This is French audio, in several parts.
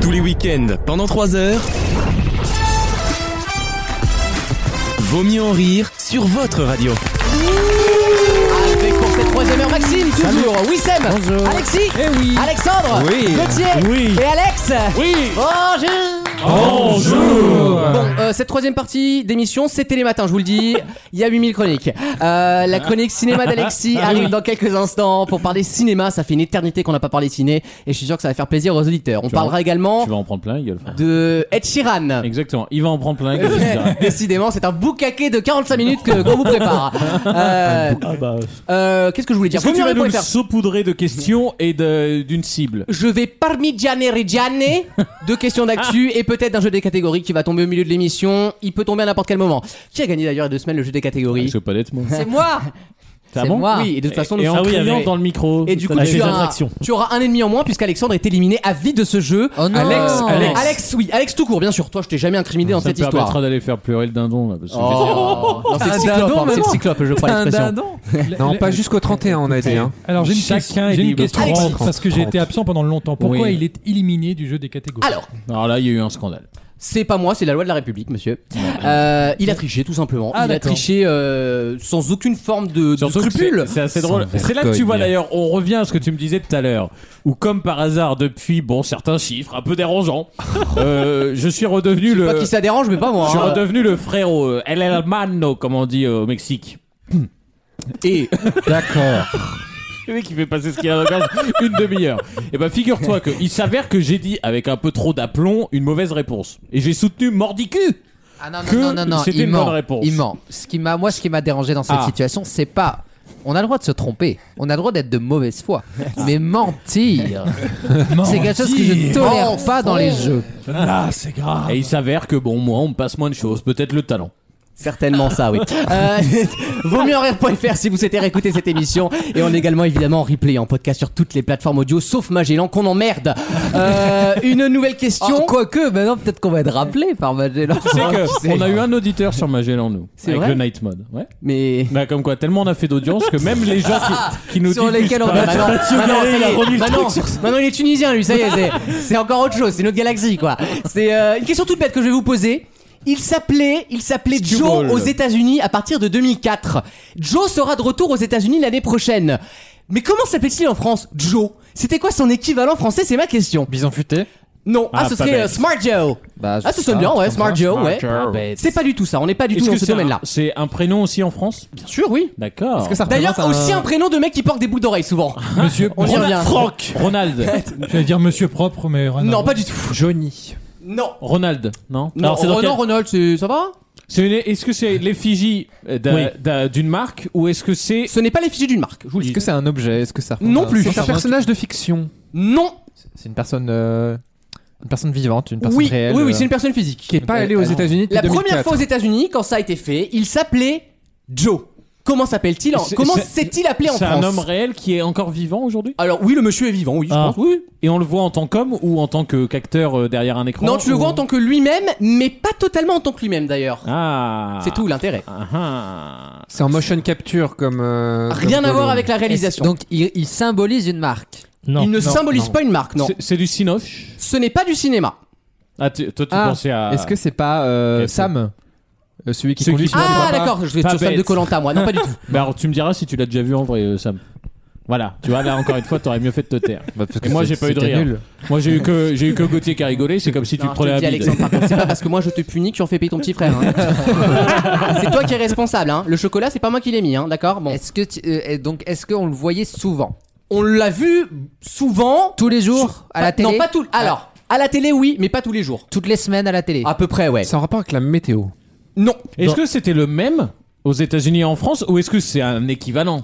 Tous les week-ends, pendant 3 heures. Vaut mieux en rire sur votre radio. Avec pour cette troisième heure Maxime, toujours Wissem, Bonjour. Alexis, Eh oui. Alexandre, Oui. Gauthier Oui. et Alex. Oui. Bonjour. Bonjour. Bon, euh, cette troisième partie d'émission, c'était les matins, je vous le dis. Il y a 8000 chroniques. Euh, la chronique cinéma d'Alexis Ah arrive dans quelques instants pour parler cinéma. Ça fait une éternité qu'on n'a pas parlé ciné et je suis sûr que ça va faire plaisir aux auditeurs. On vas- parlera également Tu vas en prendre plein la gueule. Fran. de Ed Sheeran. Exactement. Il va en prendre plein la gueule. je te dirai. Décidément, c'est un boucaquet de 45 minutes que- qu'on vous prépare. Euh, Ah bah, euh, Qu'est-ce que je voulais dire Est-ce que tu Vaut mieux vas répondre nous et faire. saupoudrer de questions et de- d'une cible Je vais parmigiane reggiane, deux questions d'actu Ah. et peut-être d'un jeu des catégories qui va tomber au milieu de l'émission. Il peut tomber à n'importe quel moment. Qui a gagné d'ailleurs il y a deux semaines le jeu des Je catégories sais pas d'être moi. C'est moi C'est moi. Oui, et de toute façon, nous et en sommes- oui, criant avec- dans le micro. Et du coup, t'as tu des auras, attractions. tu auras un ennemi en moins puisqu'Alexandre est éliminé à vie de ce jeu. Oh non Alex, Oh. Alex, Alex, oui, Alex tout court, bien sûr. Toi, je t'ai jamais incriminé dans Ça me cette histoire. permettra Ah, d'aller faire pleurer le dindon. Là, parce que Oh. Non, c'est bah le Un cyclope, dindon, hein, pardon, mais c'est le non. cyclope, je crois Un l'expression. dindon Non, pas jusqu'au 31, on a dit. Hein. Alors j'ai une, Chacun question- est j'ai une libre. question Alexis. Alexis, parce que j'ai été absent pendant longtemps. Pourquoi Oui. il est éliminé du jeu des catégories Alors, Alors là, il y a eu un scandale. c'est pas moi, c'est la loi de la République, monsieur. Euh, il a triché, tout simplement. Ah, il a d'accord. triché euh, sans aucune forme de, de Surtout que scrupule. c'est- C'est assez drôle. C'est là que tu vois d'ailleurs, on revient à ce que tu me disais tout à l'heure, où comme par hasard, depuis bon certains chiffres un peu dérangeants, euh, je suis redevenu Pas le. qui ça dérange, mais pas moi. Je suis hein. redevenu le frérot, euh, El Hermano, comme on dit euh, au Mexique. Et D'accord. Le mec qui fait passer ce qu'il a dans la gorge une demi-heure. Et bah figure-toi qu'il s'avère que j'ai dit avec un peu trop d'aplomb une mauvaise réponse. Et j'ai soutenu Mordicu Ah non, Que non, non, non, non. c'était il une ment. bonne réponse. Il ment. Ce qui m'a, moi, ce qui m'a dérangé dans cette Ah. situation, c'est pas. On a le droit de se tromper. On a le droit d'être de mauvaise foi. Mais mentir, c'est quelque chose que je ne tolère pas dans les jeux. Ah, c'est grave. bah. Et il s'avère que bon, moi on me passe moins de choses, peut-être le talent. certainement ça, oui. Euh, vaut mieux en rire.fr si vous souhaitez réécouter cette émission. Et on est également évidemment en replay, en podcast sur toutes les plateformes audio, sauf Magellan qu'on emmerde. Euh, une nouvelle question. Oh, quoique, maintenant, peut-être qu'on va être rappelé par Magellan. Tu sais que on a eu un auditeur sur Magellan, nous. C'est avec vrai le Night Mode. Ouais. Mais. Bah, comme quoi, tellement on a fait d'audience que même les gens qui, qui nous Sur disent. lesquels on Bah, a. maintenant, maintenant, ça y est, remis le Bah maintenant- maintenant, il est tunisien lui, ça y est, c'est- c'est encore autre chose, c'est notre galaxie quoi. C'est euh, une question toute bête que je vais vous poser. Il s'appelait, il s'appelait Joe Skewball. aux États-Unis à partir de 2004. Joe sera de retour aux États-Unis l'année prochaine. Mais comment s'appelle-t-il en France, Joe C'était quoi son équivalent français C'est ma question. Bison futé. Non, ah, Ah, ce pas serait bête. euh, Smart Joe. Bah, Ah, ça sonne bien, ouais, Smart Joe, ouais. C'est pas du tout ça. On n'est pas du tout Est-ce dans que ce c'est un- domaine-là. C'est un prénom aussi en France Bien sûr, oui. D'accord. D'ailleurs, aussi un prénom de mec qui porte des boucles d'oreilles souvent. Monsieur On y revient. Franck Ronald Je vais dire monsieur propre, mais rien à Non, voir. pas du tout. Johnny. Non. Ronald, non Non, Alors, c'est dans Renan quel- Renault, c'est- ça va C'est une- Est-ce que c'est l'effigie euh, d'un- Oui. d'un- d'une marque ou est-ce que c'est. Ce n'est pas les fichiers d'une marque. Je vous le Est-ce dis. que c'est un objet Est-ce que ça Non représente un- plus. C'est un personnage de fiction. Non. C'est une personne, euh, une personne vivante, une personne oui. réelle. oui, oui, euh, c'est une personne physique. qui est pas Euh, allée aux États-Unis. La première fois aux États-Unis, quand ça a été fait, il s'appelait Joe. Comment s'appelle-t-il en... C'est- Comment c'est- s'est-il appelé en C'est un France homme réel qui est encore vivant aujourd'hui Alors oui, le monsieur est vivant, oui, je Ah. pense. Oui. Et on le voit en tant qu'homme ou en tant que- qu'acteur euh, derrière un écran Non, tu le ou- vois en tant que lui-même, mais pas totalement en tant que lui-même d'ailleurs. Ah C'est tout l'intérêt. Ah, hein. ah. C'est en motion capture comme. euh, Rien comme à voir Gollum. avec la réalisation. Donc, il, il symbolise une marque. il ne symbolise non. pas une marque, non. C'est- C'est du cinoche Ce n'est pas du cinéma. Ah, tu- toi, tu Ah, pensais à. Est-ce que c'est pas euh, Quel Sam Euh, Celui qui Celui conduit qui- son Ah papa d'accord, je vais Pas sur Sam bête. de Colanta moi. Non pas du tout. Bah, alors, tu me diras si tu l'as déjà vu en vrai, euh, Sam. Voilà, tu vois, là encore une fois, t'aurais mieux fait de te taire. Bah, parce que Et moi, c'est- j'ai pas eu de c'était rire. nul. Moi, j'ai eu que j'ai eu que Gauthier qui a rigolé. C'est comme si tu Non, te je te le prenais à dis, bide. Alexandre, par contre, c'est pas parce que moi je te punis que tu en fais payer ton petit frère. hein. c'est toi qui es responsable. Hein. Le chocolat, c'est pas moi qui l'ai mis, hein, d'accord Bon, Est-ce que tu- euh, donc, est-ce qu'on le voyait souvent on l'a vu souvent Tous les jours à Pas- la Ah, télé Ah. Non, pas tout. Alors, à la télé, oui, mais pas tous les jours. Toutes les semaines à la télé. Ah, À peu près, ouais. C'est en rapport avec la météo. Non, Est-ce que c'était le même aux États-Unis et en France, ou est-ce que c'est un équivalent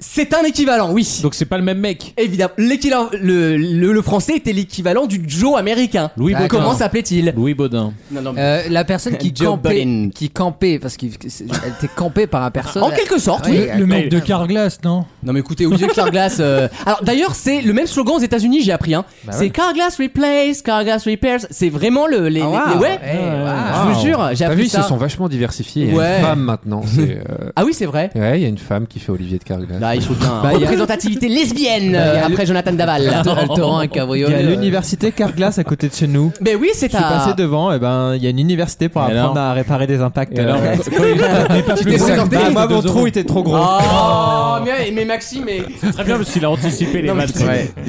c'est un équivalent, oui. Donc c'est pas le même mec. Évidemment, l'équivalent, le, le- le français était l'équivalent du Joe américain. Louis D'accord. Baudin. Ah, Comment s'appelait-il Louis Baudin. Non, non, mais- Euh, la personne qui Joe Budden. campait, qui campait, parce qu'elle était campée par un personnage. En quelque sorte, Ah oui. Le mec de Carglass, non Non mais écoutez, Olivier Carglass. euh, Alors d'ailleurs, c'est le même slogan aux États-Unis, j'ai appris. Hein. c'est Carglass replace, Carglass repairs. C'est vraiment le les, Ah, les- waouh. les- ouais. Eh, waouh. Je vous Wow. jure, j'ai T'as vu, appris Ah ils ça. se sont vachement diversifiés. Il y a Ouais. une femme maintenant. c'est, euh, Ah oui, c'est vrai. Ouais, il y a une femme qui fait Olivier de Carglass. Bah, il faut bien. Bah, il y a- Représentativité lesbienne Bah, il y euh, a après Jonathan Daval. le torrent un Il y a cabriolet. l'université Carglass à côté de chez nous. Mais oui, c'est Je suis à. passé devant, et ben il y a une université pour Et apprendre alors à réparer des impacts. Et alors, euh, quand il- Mais pas plus t'es gros. saccadé Bah, moi deux mon euros. trou était trop gros. Oh, mais, mais Maxime, mais. c'est très bien parce qu'il a anticipé les Non, mais matchs.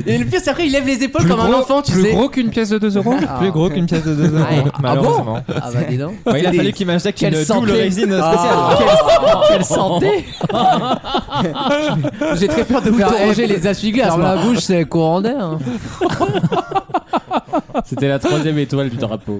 je- Et le pire, c'est après, il lève les épaules comme un enfant, tu plus sais. gros qu'une pièce de 2 euros Plus gros qu'une pièce de 2 euros, Ah bon malheureusement. Ah bah, dis donc. il a fallu qu'il m'injecte Quelle une double santé. résine Ah, spéciale. quelle, quelle santé J'ai très peur de vous Roger tourner les les essuie-glaces. la bouche, c'est courant d'air. hein. C'était la troisième étoile du drapeau.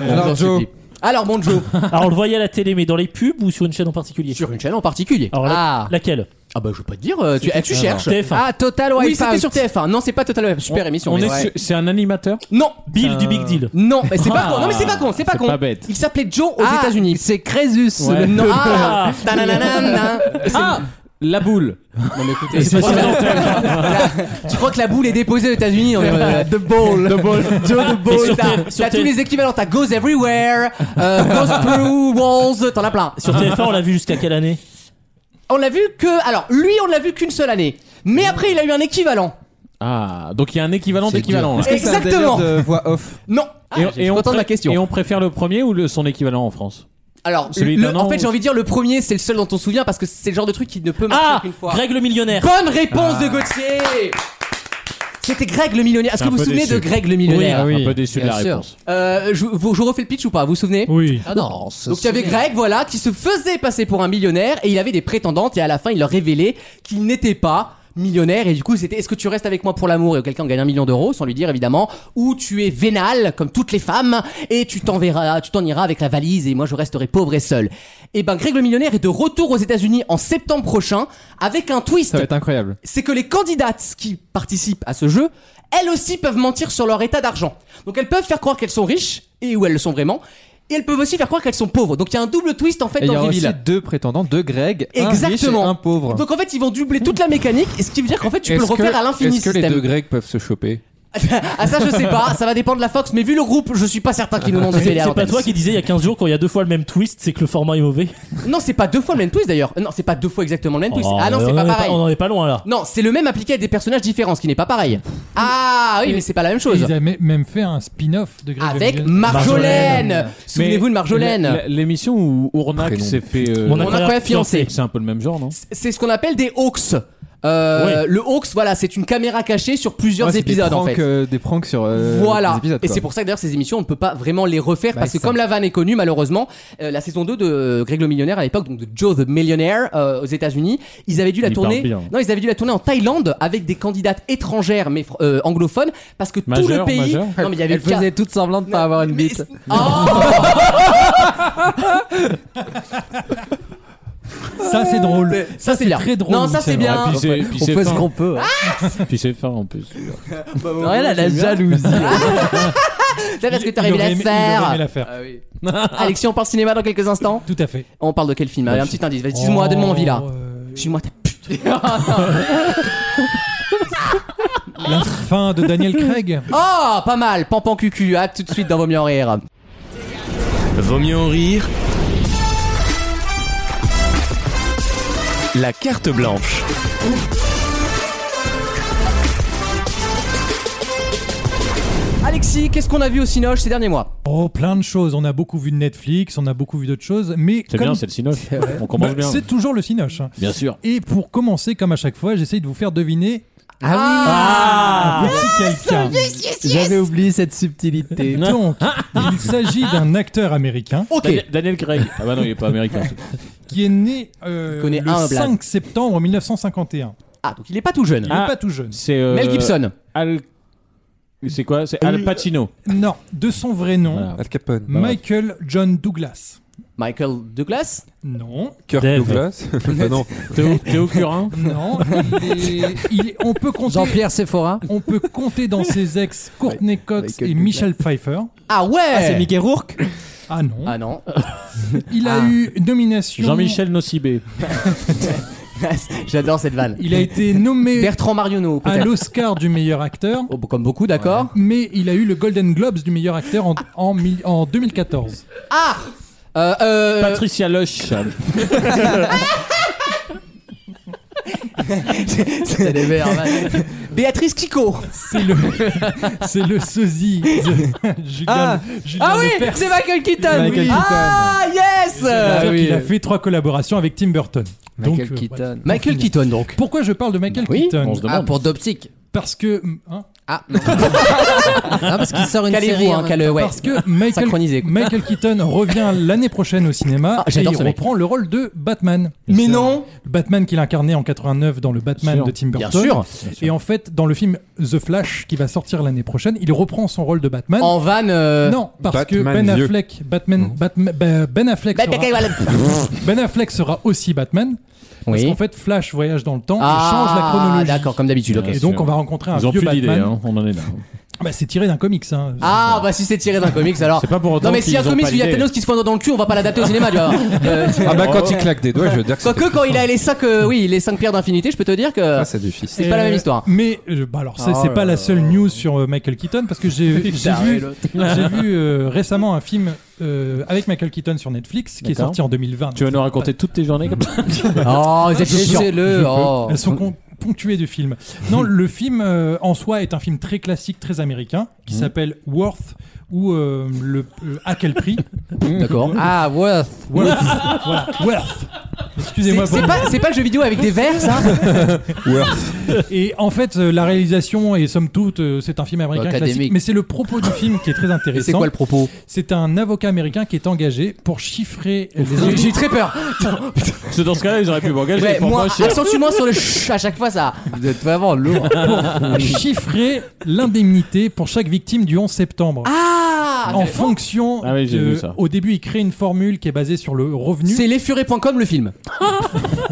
Alors, Joe, Alors, bon Joe, Alors on le voyait à la télé, mais dans les pubs ou sur une chaîne en particulier sur une chaîne en particulier. Alors la- Ah, laquelle Ah bah, je veux pas te dire, euh, tu, eh, tu cherches. TF1. ah Total Wipeout. Oui, c'était sur TF1. Non, c'est pas Total Web. Super émission. On mais est ouais. sur- C'est un animateur Non, Bill du Big Deal. non, mais c'est pas Ah. con. Non, mais c'est pas con, c'est pas C'est con. pas bête. Il s'appelait Joe aux Ah, États-Unis. C'est Crésus. Ouais. Non. Ah, Tananana. Ah La boule Non, mais écoutez, tu crois, que la... tu crois que la boule est déposée aux États-Unis on est- euh, The ball. The ball. Joe the Et ball. sur T'as tes- sur t'as tes- tous les équivalents. T'as goes everywhere, euh, goes through walls. T'en as plein. Sur TF1, on l'a vu jusqu'à quelle année On l'a vu que. Alors, lui, on l'a vu qu'une seule année. Mais après, il a eu un équivalent. Ah, donc il y a un équivalent d'équivalent. là. est-ce que c'est un délire Exactement. de voix off Non. Et- Ah, je suis et on content de pré- la question. Et on préfère le premier ou le- son équivalent en France Alors, Celui le- d'un en an fait, ou- j'ai envie de dire, le premier, c'est le seul dont on se souvient parce que c'est le genre de truc qui ne peut marcher Ah qu'une fois. Greg le millionnaire Bonne réponse Ah. de Gauthier C'était Greg le millionnaire. Est-ce C'est que un vous vous peu souvenez déçu. de Greg le Ah Oui, millionnaire un peu déçu de la bien sûr. réponse. Euh, je, vous- je vous refais le pitch ou pas Vous vous souvenez Oui. Ah non. ce- Donc il y avait Greg, voilà, qui se faisait passer pour un millionnaire et il avait des prétendantes et à la fin il leur révélait qu'il n'était pas millionnaire et du coup c'était est-ce que tu restes avec moi pour l'amour et quelqu'un gagne un million d'euros sans lui dire évidemment ou tu es vénal comme toutes les femmes et tu t'enverras tu t'en iras avec la valise et moi je resterai pauvre et seul et ben Greg le millionnaire est de retour aux États-Unis en septembre prochain avec un twist Ça va être incroyable. c'est que les candidates qui participent à ce jeu, elles aussi peuvent mentir sur leur état d'argent. Donc elles peuvent faire croire qu'elles sont riches et où elles le sont vraiment, et elles peuvent aussi faire croire qu'elles sont pauvres. Donc il y a un double twist en fait Et il dans y le a aussi reveal. deux prétendants, deux Greg, un riche et Exactement. un pauvre. Donc en fait ils vont doubler toute la mécanique, et ce qui veut dire qu'en fait tu peux le refaire à l'infini Est-ce que les deux système. Grecs peuvent se choper ah ça je sais pas, ça va dépendre de la Fox, mais vu le groupe, je suis pas certain qu'ils nous l'ont C'est dévoilé à c'est pas l'antenne. toi qui disais il y a 15 jours quand il y a deux fois le même twist, c'est que le format est mauvais. Non c'est pas deux fois le même twist d'ailleurs. Non c'est pas deux fois exactement le même twist. Oh, ah non on c'est en pas est pareil. On en est pas loin là. Non c'est le même appliqué à des personnages différents, ce qui n'est pas pareil. Ah oui mais c'est pas la même chose. Ils avaient même fait un spin-off de Greg avec Evian. Marjolaine. Marjolaine. Souvenez-vous de Marjolaine. l- l- L'émission où Ournac Prénom. s'est fait. euh, Mon on a incroyable quoi fiancé C'est un peu le même genre, non C'est ce qu'on appelle des hoax. Euh, Le hoax, voilà, c'est une caméra cachée sur plusieurs Ouais, c'est des épisodes en pranks, fait. euh, des pranks sur euh, voilà. des épisodes, et quoi. c'est pour ça que d'ailleurs ces émissions, on ne peut pas vraiment les refaire Bah, parce que c'est ça. comme la vanne est connue, malheureusement, euh, la saison 2 de euh, Greg le Millionnaire à l'époque, donc de Joe the Millionaire euh, aux États-Unis, ils avaient dû la Il tourner. parle bien. Non, ils avaient dû la tourner en Thaïlande avec des candidates étrangères mais fr- euh, anglophones parce que tout le Majeur, pays. majeur. Non, mais il y avait Elle le cas- faisait toute semblant de pas avoir une Mais bite. c'est- Oh Ça, c'est drôle. ça c'est bien. très drôle, Non, ça Michel. c'est Ah, bien. puis c'est- puis On c'est fait ce fin. qu'on peut. hein. Puis c'est fin en plus. Ouais, là, la jalousie. C'est parce que t'as Il révélé aurait la aimé- il aurait aimé sphère. la faire. Alexis, on parle cinéma dans quelques instants. Tout à fait. On parle de quel film hein. Allez, un petit indice. Vas-y, dis-moi, donne-moi envie là. Oh, euh, Dis-moi ta pute. La fin de Daniel Craig. Oh, pas mal. Pampan cucu. À tout de suite dans Vaut mieux en rire. Vaut mieux en rire. La carte blanche. Alexis, qu'est-ce qu'on a vu au Cinoche ces derniers mois Oh, plein de choses. On a beaucoup vu de Netflix, on a beaucoup vu d'autres choses. Mais C'est comme- bien, c'est le Cinoche. On Bah, commence bien. c'est toujours le Cinoche. hein. Bien sûr. Et pour commencer, comme à chaque fois, j'essaye de vous faire deviner Ah un petit quelqu'un. J'avais oublié cette subtilité. Donc, Ah. il s'agit d'un acteur américain Ok. Daniel- Daniel Craig. Ah bah non, il est pas américain. qui est né euh, Je connais le un blaze. 5 septembre 1951. Ah, donc il est pas tout jeune. Il Ah. n'est pas tout jeune. C'est. euh, Mel Gibson. Al. C'est quoi C'est Al Pacino. Non, de son vrai nom, Voilà. Al Capone. Michael John Douglas. Michael Douglas Non, Kirk Dave. Douglas Bah non. Théo, Théo Curin. non. il est- il est- on, peut compter, Jean-Pierre Sephora. on peut compter dans ses ex Courtney Cox Michael et Douglas. Michelle Pfeiffer. Ah ouais Ah, c'est Mickey Rourke Eh. Ah non. Ah non. Il a Ah. eu une nomination. Jean-Michel Nocibé. J'adore cette vanne. Il a été nommé Bertrand Marionneau, à peut-être. l'Oscar du meilleur acteur. Oh, Comme beaucoup, d'accord. Mais il a eu le Golden Globes du meilleur acteur en, en, mille- en 2014. Ah euh, euh, Patricia Lush. C'est les verts. Béatrice Kiko. C'est le, c'est le sosie de Julien, Ah. Julien Ah oui, Lepers. c'est Michael Keaton. Michael Keaton. Ah yes. C'est-à-dire qu'il a fait trois collaborations avec Tim Burton. Michael Donc, euh, voilà. Keaton. Michael Keaton donc. Pourquoi je parle de Michael Oui, Keaton on se Ah, demande. pour Dopsic. Parce que hein, Ah, non. Ah, parce qu'il sort une série. Calez-vous, en hein, même cale- ouais. parce que Michael, Synchronisé, quoi. Michael Keaton revient l'année prochaine au cinéma Ah, et il j'adore ce mec. reprend le rôle de Batman. Mais non. Batman qu'il incarnait en 89 dans le Batman sûr. de Tim Burton. sûr. Et en fait, dans le film The Flash qui va sortir l'année prochaine, il reprend son rôle de Batman. En van. euh, non, parce Batman que Ben vieux. Affleck, Batman, Mmh. Batman- Ben- Ben Affleck, Bah, t'as qu'à- sera, voilà. Ben Affleck sera aussi Batman. Parce Oui. qu'en fait, Flash voyage dans le temps et change la Ah chronologie. d'accord, comme d'habitude. ok. Et donc, on va rencontrer un Ils ont vieux plus d'idées, Batman. hein, on en est là. Ah bah, c'est tiré d'un comics. hein. Ah bah si c'est tiré d'un comics alors. C'est pas pour autant Non mais si qu'ils un ont comics pas où il y a l'idée. Thanos qui se prend dans le cul, on va pas l'adapter au cinéma, tu vois. Euh, Ah bah quand il claque des doigts, je veux dire que c'est Quoique quand il a les 5 oui, les cinq pierres d'infinité, je peux te dire que ah, c'est difficile. c'est pas la Euh, même histoire. Mais euh, bah, alors, c'est Ah c'est pas la seule news sur euh, Michael Keaton parce que j'ai j'ai vu, j'ai vu, euh, récemment un film euh, avec Michael Keaton sur Netflix qui est D'accord. sorti en 2020. Tu vas nous raconter toutes tes journées comme ça Oh, vous êtes chiants. Laissez-le. oh. Elles sont con- ponctuées de films. Non, le film euh, en soi est un film très classique, très américain Mmh. qui s'appelle Worth ou euh, le euh, à quel prix D'accord. Ah, Worth. Worth. voilà, Worth. Excusez-moi. C'est c'est pour- pas, c'est pas le jeu vidéo avec des verres, ça Et en fait, euh, la réalisation et somme toute, euh, c'est un film américain Académique. classique. Mais c'est le propos du film qui est très Et intéressant. c'est quoi le propos C'est un avocat américain qui est engagé pour chiffrer les J'ai j'ai eu très peur. Parce que dans ce cas-là, ils auraient pu m'engager Ouais, pour moi, moi. cher. accentue moins sur le ch à chaque fois, ça. Vous êtes vraiment lourd. pour chiffrer l'indemnité pour chaque victime du 11 septembre. Ah en fonction Ah oui, j'ai de- vu ça. au début, il crée une formule qui est basée sur le revenu. C'est lesfurets.com le film.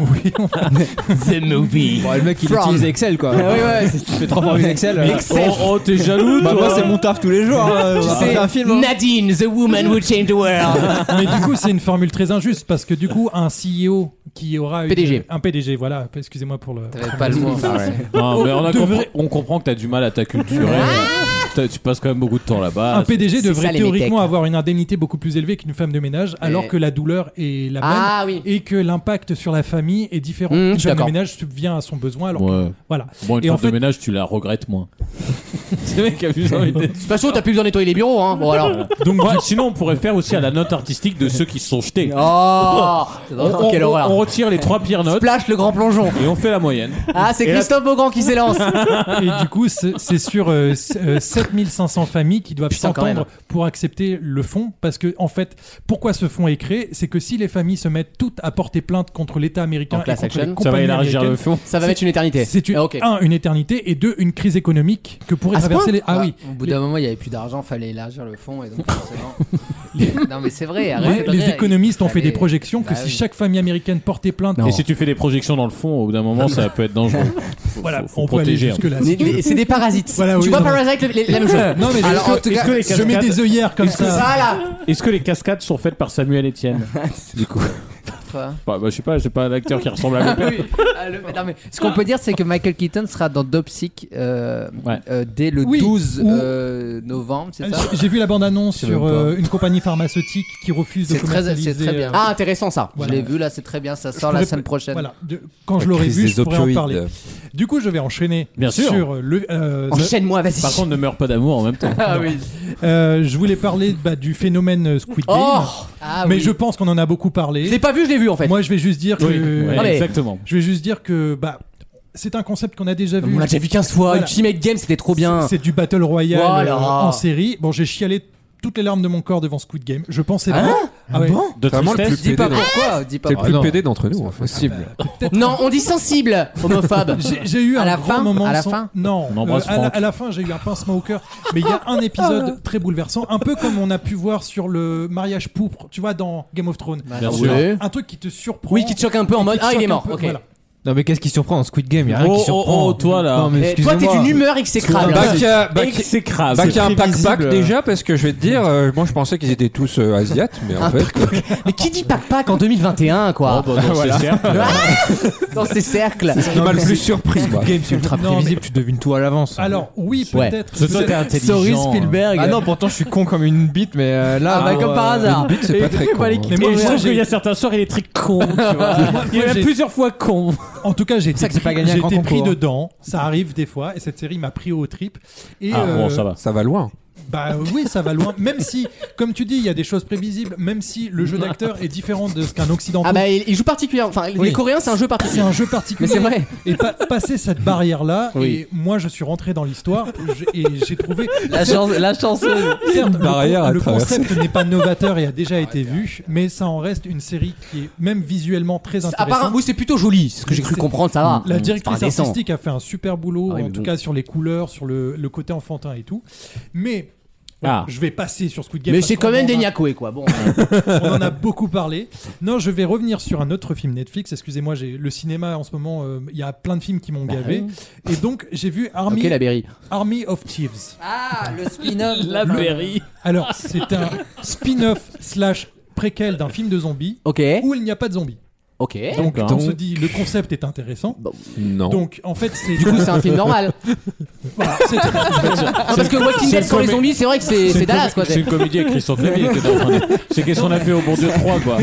The movie. Bon, le mec, il From. Ah utilise Excel, quoi. Ouais, ouais, c'est- Il fait trois formules Excel. euh. Excel. Oh, oh, t'es jaloux Bah, toi moi, c'est mon taf tous les jours. hein. Tu Bah, sais, c'est un film. hein. Nadine, the woman who changed the world. Mais du coup, c'est une formule très injuste parce que du coup, un CEO qui aura une- PDG. un PDG, voilà. Excusez-moi pour le. T'avais pas le mot. Ah Non, mais on, a de compre- vrai- on comprend que t'as du mal à t'acculturer. Ah T'as- tu passes quand même beaucoup de temps là-bas. Un PDG c'est devrait ça, les théoriquement métèques. avoir une indemnité beaucoup plus élevée qu'une femme de ménage, alors que la douleur est la même Ah oui. et que l'impact sur la famille est différent. Mmh, je une suis femme de d'accord. ménage subvient à son besoin, alors Ouais. que- voilà. Bon, une Et femme en fait- de ménage, tu la regrettes moins. C'est mec qui a vu ça. il est- De toute façon, t'as plus besoin de nettoyer les bureaux, hein. Bon, alors. Donc, sinon, on pourrait faire aussi à la note artistique de ceux qui se sont jetés. Oh, On, on- Quelle on- horreur. on retire les trois pires notes Splash le grand plongeon. et on fait la moyenne. Ah, c'est Et là- Christophe Beaugrand qui s'élance. Et du coup, c'est c'est sur euh, s- euh, 7500 familles qui doivent Putain, quand s'entendre pour accepter le fonds. Parce que, en fait, pourquoi ce fonds est créé C'est que si les familles se mettent toutes à porter plainte contre l'État américain, En et class contre action. les Ça va compagnies élargir le américaines, fond. Ça va mettre une éternité. C'est une, Ah, ok. un, une éternité et deux, une crise économique que pourrait À ce traverser point les. Ah oui, Au bout d'un moment, il n'y avait plus d'argent, fallait élargir le fond. Et donc, forcément. non, mais c'est Ah vrai. les, arrête de les rire, économistes il ont fait des fallait- projections que Bah si oui. chaque famille américaine portait plainte, Non. Et si tu fais des projections dans le fond, au bout d'un moment, ça peut être dangereux. Faut- voilà, faut- faut on peut aller protéger, hein. jusque là. Mais- mais C'est des parasites. Voilà, tu oui, vois non, Parasite, le- les- la même chose. Non mais Alors, en est-ce tout que- cas, les je mets des œillères comme ça. Voilà. Est-ce que les cascades sont faites par Samuel Etienne Du coup. Enfin. Bah, bah, je sais pas, j'ai pas un acteur qui ressemble à mon père. Ah, le- non, mais ce qu'on peut dire, c'est que Michael Keaton sera dans Dopsic euh, Ouais. euh, dès le Oui, 12 ou- euh, novembre, c'est ça Ah, J'ai vu la bande-annonce sais même sur pas. euh, une compagnie pharmaceutique qui refuse de C'est très- commercialiser. c'est très bien. euh, Ah, intéressant ça. voilà. Je l'ai vu là, c'est très bien, ça sort Je la pourrais- semaine prochaine. Voilà, de- quand je l'aurai Crise vu, des je pourrais en opioïdes. parler. Du coup, je vais enchaîner Bien sûr. sur le. euh, Enchaîne-moi, vas-y. Par contre, ne meurs pas d'amour en même temps. ah oui. euh, je voulais parler bah, du phénomène euh, Squid Game, Oh, Ah mais oui. je pense qu'on en a beaucoup parlé. je l'ai pas vu, je l'ai vu en fait. Moi, je vais juste dire que. Oui, ouais, Non, mais- exactement. Je vais juste dire que bah, c'est un concept qu'on a déjà vu. On l'a déjà vu 15 fois. Voilà. Ultimate Game, c'était trop bien. C'est du battle royale Voilà. euh, en série. Bon, j'ai chialé toutes les larmes de mon corps devant Squid Game. Je pensais pas. Ah ouais. De Vraiment le tristesse. plus Dis pédé pas d'entre- pourquoi, dis pas t'es le Ah pourquoi. plus pédé d'entre nous, en fait. Non, on dit sensible, homophobe. J'ai j'ai eu À un la grand fin moment. À la sans- fin Non. euh, On embrasse à, la, Franck. à la fin, j'ai eu un pincement au cœur. Mais il y a un Oh épisode très bouleversant, un peu comme on a pu voir sur le mariage pourpre, tu vois, dans Game of Thrones. Bien Oui. sûr. Un truc qui te surprend. Oui, qui te choque un peu en mode Ah, il est choque un mort. peu, ok. voilà. Non, mais qu'est-ce qui surprend dans Squid Game Y a rien Oh, qui oh, surprend. oh, toi, là. Non, mais Et Eh, toi, t'es excusez-moi. d'une humeur exécrable. Bah, Exécrable. Bah, C'est qu'il y a un prévisible. pack-pack Déjà, parce que je vais te dire, euh, moi je pensais qu'ils étaient tous euh, asiates, mais Ah, en Un fait. Mais qui dit pack-pack en 2021, Oh, quoi bah, dans ce cercle. Dans ces cercles. Ce qui m'a le plus surpris, quoi. Game, c'est ultra Non, prévisible, tu devines tout à l'avance. Alors, oui, Ouais. peut-être. Parce que toi, t'es intelligent. Sorry, Spielberg. Ah non, pourtant je suis con comme une bite, mais euh, là. Ah bah, comme par hasard. Big, c'est pas très con. hein. Mais Mais moi, je moi, trouve j'ai- qu'il y a certains soirs, il est très con. tu vois. Il moi, est j'ai- plusieurs fois con. En tout cas, j'ai ça été que c'est pas pris, gagné un j'ai grand été pris concours, hein. dedans. Ça arrive des fois, et cette série m'a pris aux tripes. Et Ah, euh, bon, ça va. Ça va loin. bah oui, ça va loin. Même si, comme tu dis, il y a des choses prévisibles. Même si le jeu d'acteur est différent de ce qu'un occidental. Ah bah il, il joue particulièrement. Enfin, les Oui. Coréens, c'est un jeu particulier. c'est un jeu particulier. Mais c'est vrai. Et pa- passer cette barrière-là, Oui. et moi je suis rentré dans l'histoire je- et j'ai trouvé. La, chance, la chanceuse. Certes, le, barrière à le traverser. concept n'est pas novateur et a déjà Ah, été vu, mais ça en reste une série qui est même visuellement très À part, intéressante. oui, Ah, c'est plutôt joli. C'est ce que j'ai cru C'est- comprendre, ça va. La Ah, C'est directrice pas indécent. artistique a fait un super boulot, Ah oui, en mais tout bon. cas sur les couleurs, sur le, le côté enfantin et tout. Mais Ah. je vais passer sur Squid Game. Mais parce c'est quand qu'on même en des a- Nyakoué, quoi. Bon. euh, on en a beaucoup parlé. Non, je vais revenir sur un autre film Netflix. Excusez-moi, j'ai le cinéma en ce moment. euh, Il y a plein de films qui m'ont gavé. Et donc, j'ai vu Army, Bah ok, la Berry. Army of Thieves. Ah, le spin-off. La Berry. Alors, c'est un spin-off slash préquel d'un film de zombies Ok, où il n'y a pas de zombies. ok. Donc, D'accord. on se dit, le concept est intéressant. Non. Donc, en fait, c'est Du coup, c'est un film normal. Voilà, c'est- Non, parce que Walking Dead sur les zombies, c'est vrai que c'est c'est Dallas, quoi. C'est une comédie avec Christophe Levy que t'es en train de- C'est qu'est-ce qu'on a fait au bon Dieu 3 quoi.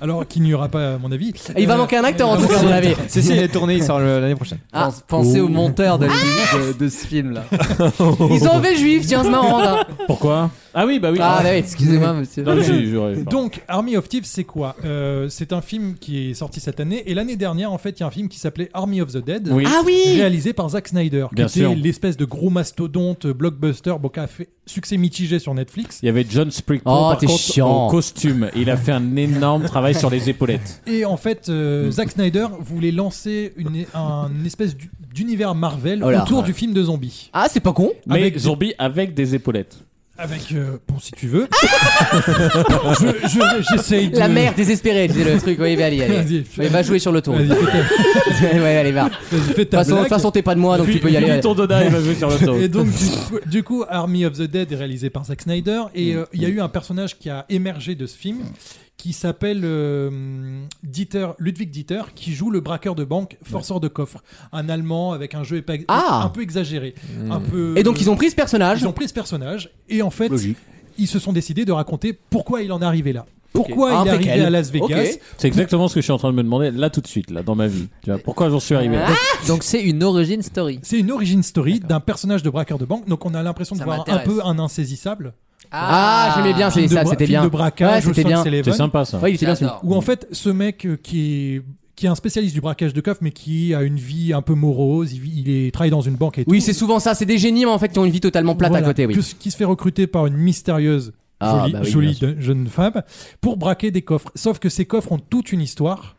Alors qu'il n'y aura pas, à mon avis. Et il va Euh, manquer un acteur en tout cas, vous l'avez. Si, si, il est tourné, il sort le- l'année prochaine. Ah. Pensez Oh. au monteur de, de- de ce film là. Ils ont enlevé le juif, tiens, c'est marrant. là. Pourquoi Ah oui, bah oui. Ah, bah oui. Excusez-moi monsieur. Non, mais j'ai- j'aurais- pardon. Donc, Army of Thieves, c'est quoi Euh, C'est un film qui est sorti cette année. Et l'année dernière, en fait, il y a un film qui s'appelait Army of the Dead. Oui. Ah oui Réalisé par Zack Snyder, Bien qui sûr. était l'espèce de gros mastodonte euh, blockbuster bon, qui a fait succès mitigé sur Netflix. Il y avait John Sprinkle Oh, par t'es contre, chiant. en costume. Il a fait un énorme travail sur les épaulettes. Et en fait, Mm. euh, Zack Snyder voulait lancer une, un espèce d'u- d'univers Marvel Oh là, autour ouais. du film de zombies. Ah, c'est pas con. Mais Avec- zombie avec des épaulettes. Avec, euh, bon, si tu veux. Je- je- J'essaye de. Ah La mère désespérée, disait le truc. Oui, mais allez, allez. Vas-y, Oui, va jouer sur le tour. Vas-y, fais ta- ouais, allez, va. De vas-y, fais ta toute façon- de blague. toute façon, t'es pas de moi, Ah, donc Puis- tu peux y puis aller. ton dada, il va jouer sur le Et dos. donc, du coup, du coup, Army of the Dead est réalisé par Zack Snyder. Et euh, il y a eu un personnage qui a émergé de ce film qui s'appelle euh, Dieter, Ludwig Dieter, qui joue le braqueur de banque, forceur de coffre. Un Allemand avec un jeu épa- Ah. un peu exagéré. Un peu, euh, Et donc, ils ont pris ce personnage. ils ont pris ce personnage. Et en fait, ils se sont décidés de raconter pourquoi il en est arrivé là. Pourquoi Ah, il est impeccable. arrivé à Las Vegas Ok. C'est exactement ce que je suis en train de me demander là tout de suite, là dans ma vie. Tu vois, pourquoi j'en suis arrivé Ah, là Donc c'est une origin story. C'est une origin story d'un personnage de braqueur de banque. Donc on a l'impression de Ça voir un m'intéresse. peu un insaisissable. Ah, j'aimais bien, c'est Film de ça, bra- c'était film bien. de braquage, Ouais, c'était bien. C'est sympa ça. Ouais, il était bien celui-là. J'adore. Où en fait, ce mec euh, qui est, qui est un spécialiste du braquage de coffre, mais qui a une vie un peu morose, il, vit- il est, travaille dans une banque et tout. Oui, c'est souvent ça. C'est des génies, mais en fait, qui ont une vie totalement plate à Voilà. côté, oui. Que- qui se fait recruter par une mystérieuse Ah, jolie, bah oui, jolie bien sûr. de- jeune femme pour braquer des coffres. Sauf que ces coffres ont toute une histoire.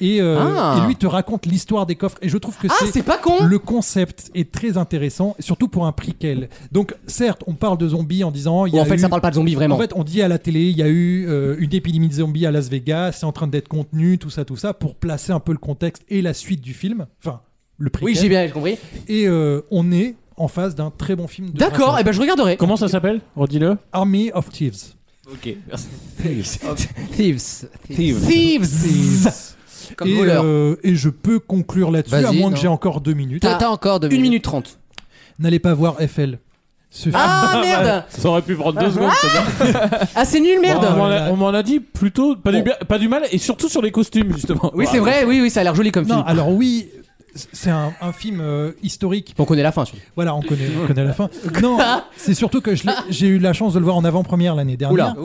Et, euh, Ah. et lui te raconte l'histoire des coffres. Et je trouve que Ah, c'est c'est pas con. le concept est très intéressant, surtout pour un préquel. Donc, certes, on parle de zombies en disant. il y Ou en a fait, eu- ça parle pas de zombies vraiment. en fait, on dit à la télé, il y a eu euh, une épidémie de zombies à Las Vegas, c'est en train d'être contenu, tout ça, tout ça, pour placer un peu le contexte et la suite du film. Enfin, le prix. Oui, j'ai bien j'ai compris. Et euh, on est en face d'un très bon film de D'accord, braquage. et ben je regarderai. Comment ça s'appelle Redis-le. Army of Thieves. Ok. Thieves. Thieves Comme et, voleur. euh, et je peux conclure là-dessus, Vas-y, à moins non. que j'ai encore deux minutes. T'as t'as encore deux Une minutes. minute trente. N'allez pas voir FL. Ce Ah merde Ça aurait pu prendre deux secondes. ça doit- Ah c'est nul merde on, m'en a, on m'en a dit plutôt pas, du, bien- pas du mal et surtout sur les costumes justement. Oui c'est vrai, oui oui ça a l'air joli comme film. Non, ah. film. alors oui, c'est un, un film euh, historique Donc on est à la fin celui-là. Voilà, on connaît, on connaît la fin. Non, c'est surtout que je l'ai- j'ai eu la chance de le voir en avant-première l'année dernière.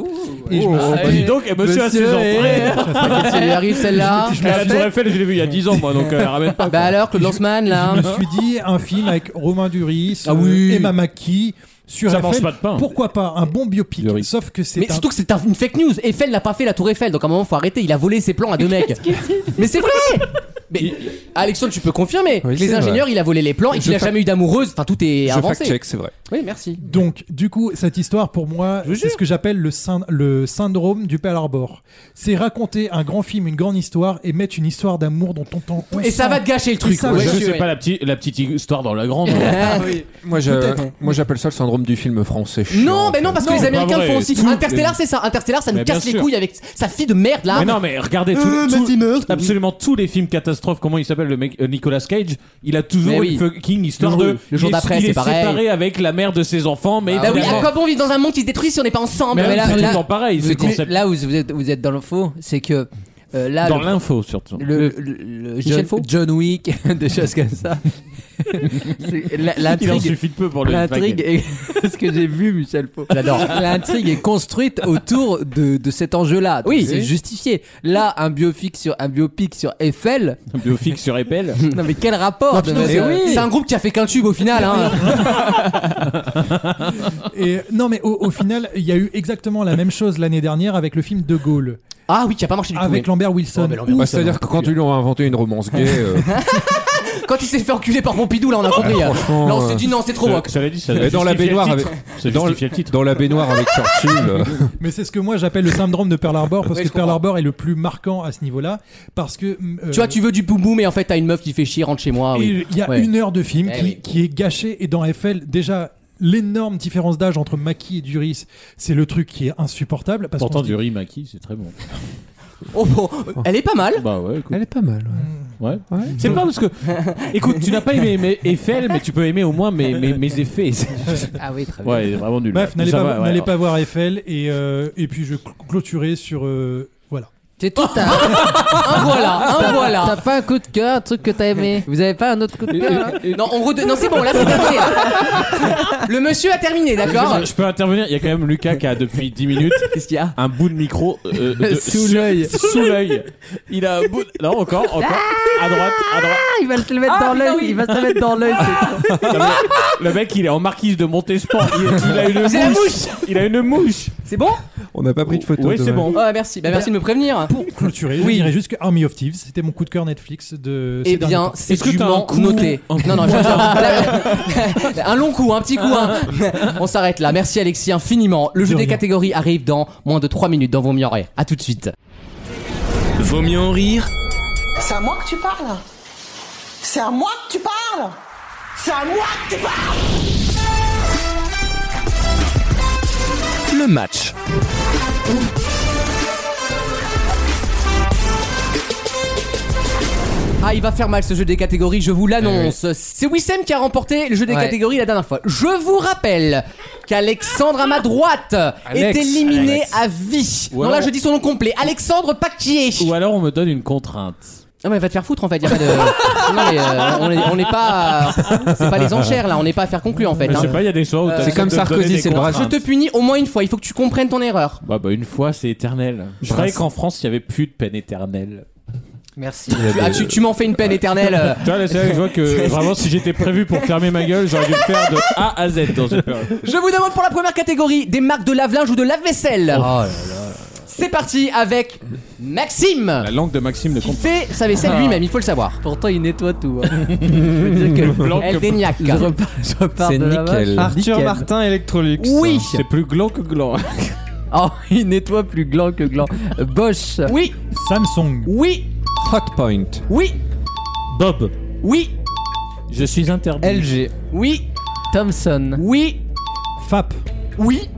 Et je me suis- Bah, dis donc, eh, monsieur, à 16 ans. T'inquiète, si elle arrive celle-là. À la Tour Eiffel, je l'ai vu il y a 10 ans, moi, donc euh, elle ramène pas. Bah alors Claude Lanzmann là. je me suis dit un film avec Romain Duris, Ah oui. euh, Emma Mackey sur Ça Eiffel, mange pas de pain. Pourquoi pas un bon biopic Duris. Sauf que c'est Mais un- surtout que c'est un- une fake news. Eiffel n'a pas fait la tour Eiffel donc à un moment faut arrêter, il a volé ses plans à deux mecs. Mais c'est vrai Mais Alexandre tu peux confirmer Oui, que les c'est ingénieurs il a volé les plans et qu'il a jamais eu d'amoureuse, enfin tout est Je fact avancé. check, c'est vrai. Oui merci. donc du coup cette histoire pour moi c'est ce que j'appelle le, syn- le syndrome du Pearl Harbor. C'est raconter un grand film, une grande histoire et mettre une histoire d'amour dont on t'entend. Et ça va te gâcher le truc. ça, Ah, ouais, je je Est-ce que suis- c'est ouais. pas la, petite- la petite histoire dans la grande hein Ah, Moi, je, moi, j'appelle ça le syndrome du film français. chiant, hein. Non, en mais fait. non, parce que Non, les pas Américains le vrai. font aussi. Tout- Interstellar, c'est ça. Interstellar, ça nous Mais bien casse les sûr. couilles avec sa fille de merde là. Mais non, mais regardez Euh, tout, tout- absolument tous les films catastrophes. Comment il s'appelle le mec euh, Nicolas Cage Il a toujours Mais oui. une fucking histoire Le- de. le jour il est- d'après, il c'est est pareil. séparé avec la mère de ses enfants, mais. Bah oui, finalement- à quoi bon vivre dans un monde qui se détruit si on n'est pas ensemble mais Mais là- c'est tout là- Ah, le temps pareil, ce Vous dites- concept. là où vous êtes, vous êtes dans le faux, c'est que Euh, là, Dans le- l'info, surtout. le, le- le John, Michel Faux John Wick, des choses comme ça. C'est- la- Il en L'intrigue suffit de peu pour le L'intrigue est ce que j'ai vu, Michel Pau. J'adore. L'intrigue est construite autour de, de cet enjeu-là. Oui, c'est justifié. Là, un biopic sur un biopic sur Eiffel. Biofic sur Epel. Non mais quel rapport de- Sinon, c'est Euh, c'est un groupe qui a fait qu'un tube au final. Hein. Et non, mais au, au final, il y a eu exactement la même chose l'année dernière avec le film De Gaulle, Ah oui, Oh, qui a pas marché du avec tout. Lambert Ah, Wilson. Bah, C'est-à-dire que quand ils lui ont inventé une romance gay, euh, Ah, oui. Quand il s'est fait enculer par Pompidou, là, on a compris. hein. franchement, Là, on euh, s'est dit non, c'est trop woke. J'avais dit ça. Et dans la justifie baignoire le titre. Ça dans, justifie le titre. dans la baignoire avec Churchill, euh, Mais c'est ce que moi j'appelle le syndrome de Pearl Harbor, parce Ouais, je que Pearl comprends. Harbor est le plus marquant à ce niveau-là, parce que... euh, Tu vois, tu veux du boum boum, mais en fait, t'as une meuf qui fait chier, rentre chez Ah moi. Et Oui. il y a Ouais. une heure de film Eh qui, oui. qui est gâchée. Et dans Eiffel, déjà, l'énorme différence d'âge entre Maki et Duris, c'est le truc qui est insupportable. Parce Pourtant, qu'on se dit, du riz maquis, c'est très bon. Oh, bon, elle est pas mal. Bah ouais, écoute. Elle est pas mal. Ouais. Ah C'est pas parce que. Écoute, tu n'as pas aimé mes Eiffel, mais tu peux aimer au moins mes, mes, mes effets. Ah oui, très bien. Ouais, il est vraiment nul. Bref, Ouais. n'allez Ça pas, va, ouais, n'allez ouais. pas voir Eiffel. Et, euh, et puis, je cl- clôturerai sur. euh, voilà. C'est tout un... un voilà, un voilà. T'as pas un coup de cœur, un truc que t'as aimé. Vous avez pas un autre coup de cœur hein là Euh, Euh, Non, on rede- non, c'est bon, là, c'est terminé. hein. Le monsieur a terminé, d'accord Ah, Je, je peux intervenir. Il y a quand même Lucas qui a depuis 10 minutes Qu'est-ce qu'il y a un bout de micro euh, de- Sous sur- l'œil. Sous l'œil. Il a un bout. de- Non, encore, encore. À droite, à droite. Ah, Il va se le mettre dans l'œil, il va se le mettre dans l'œil. Le mec, il est en marquise de Montespan. Il, il a une mouche. C'est la Il a une mouche. C'est bon on n'a pas pris de photo. Oui, c'est dommage. bon. Ouais, merci. Bah, merci de me prévenir. Pour clôturer, oui. je dirais juste que Army of Thieves, c'était mon coup de cœur Netflix de. ces Eh derniers bien, temps. c'est Est-ce que t'as dûment un coup noté. Non, non, j'abuse. un long coup, un petit coup. hein. On s'arrête là. Merci Alexis infiniment. Le jeu des rien. catégories arrive dans moins de 3 minutes dans vos mieux horaires. À tout de suite. Vaut mieux en rire C'est à moi que tu parles C'est à moi que tu parles C'est à moi que tu parles le match. Ah, il va faire mal ce jeu des catégories, je vous l'annonce. Eh C'est Wissem qui a remporté le jeu des Ouais. catégories la dernière fois. Je vous rappelle qu'Alexandre à ma droite Alex. est éliminé à vie. Ou non, là alors- je dis son nom complet. Alexandre Pacquier. Ou alors, on me donne une contrainte. Non mais va te faire foutre en fait, y a pas de... non mais euh, on, est, on est pas... C'est pas les enchères là, on n'est pas à faire conclure en fait. Mais je hein. sais pas, il y a des choix où t'as C'est comme de me donner Sarkozy, des c'est le bras- Je contraintes. te punis au moins une fois, il faut que tu comprennes ton erreur. Bah, bah, une fois, c'est éternel. Je croyais qu'en France, il y avait plus de peine éternelle. Merci. Ah, tu tu m'en fais une peine éternelle. euh. Tu vois, là, c'est là que je vois que euh, vraiment, si j'étais prévu pour fermer ma gueule, j'aurais dû le faire de A à Z dans cette période. Je vous demande pour la première catégorie des marques de lave-linge ou de lave-vaisselle. Oh C'est parti avec Maxime. La langue de Maxime ne Qui compte fait sa vaisselle lui-même, il faut le savoir. Ah. Pourtant, il nettoie tout. hein. Je veux dire que- Blanc Elle que- déniaque. Je repars, je repars C'est de la nickel. vache. Arthur Nickel. Martin Electrolux. Oui. C'est plus gland que gland. Oh, il nettoie plus gland que gland. Euh, Bosch. Oui, Samsung. oui, Hot point. oui, Bob. oui, Je suis interdit. LG. oui, Thomson. oui, FAP. oui,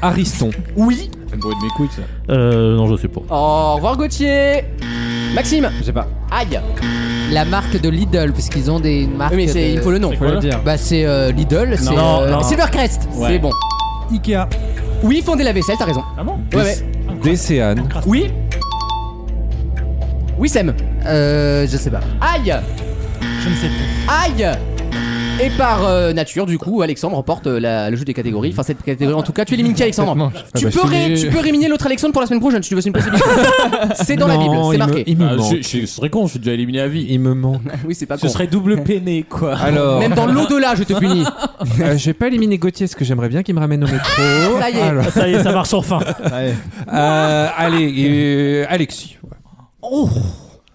Ariston. oui. C'est le bruit de mes couilles, ça. Euh, non, je sais pas. Au revoir Gauthier. Maxime. Je sais pas. Aïe. La marque de Lidl, parce qu'ils ont des marques. Oui, mais c'est- de- il faut le nom. Faut le dire. Bah, c'est euh, Lidl, c'est Non, euh, non. Silvercrest. C'est bon. Ikea. Oui, ils font des lave-vaisselle, t'as raison. Ah bon Ouais, ouais. Décéane. Oui. Oui, Sam. Euh, je sais pas. Aïe. Je ne sais plus. Aïe et par euh, nature, du coup, Alexandre remporte euh, la- le jeu des catégories. Enfin, cette catégorie, en tout cas, tu élimines qui, Alexandre tu, Ah bah, peux je ré- suis- tu peux réminer l'autre Alexandre pour la semaine prochaine, si tu veux, c'est une possibilité. c'est dans la Oh, Bible, Non, c'est il me- marqué. Ah il me Ah, manque. je, je- je serais con, je suis déjà éliminé à vie. Il me manque. Ah, Oui, c'est pas con. Ce serait double peiné, quoi. Alors, Même dans l'au-delà, je te punis. Euh, J'ai pas éliminé Gauthier, ce que j'aimerais bien qu'il me ramène au métro. Ça y est. Alors, Ça y est, ça marche enfin. euh, allez, euh, Alexis. Oh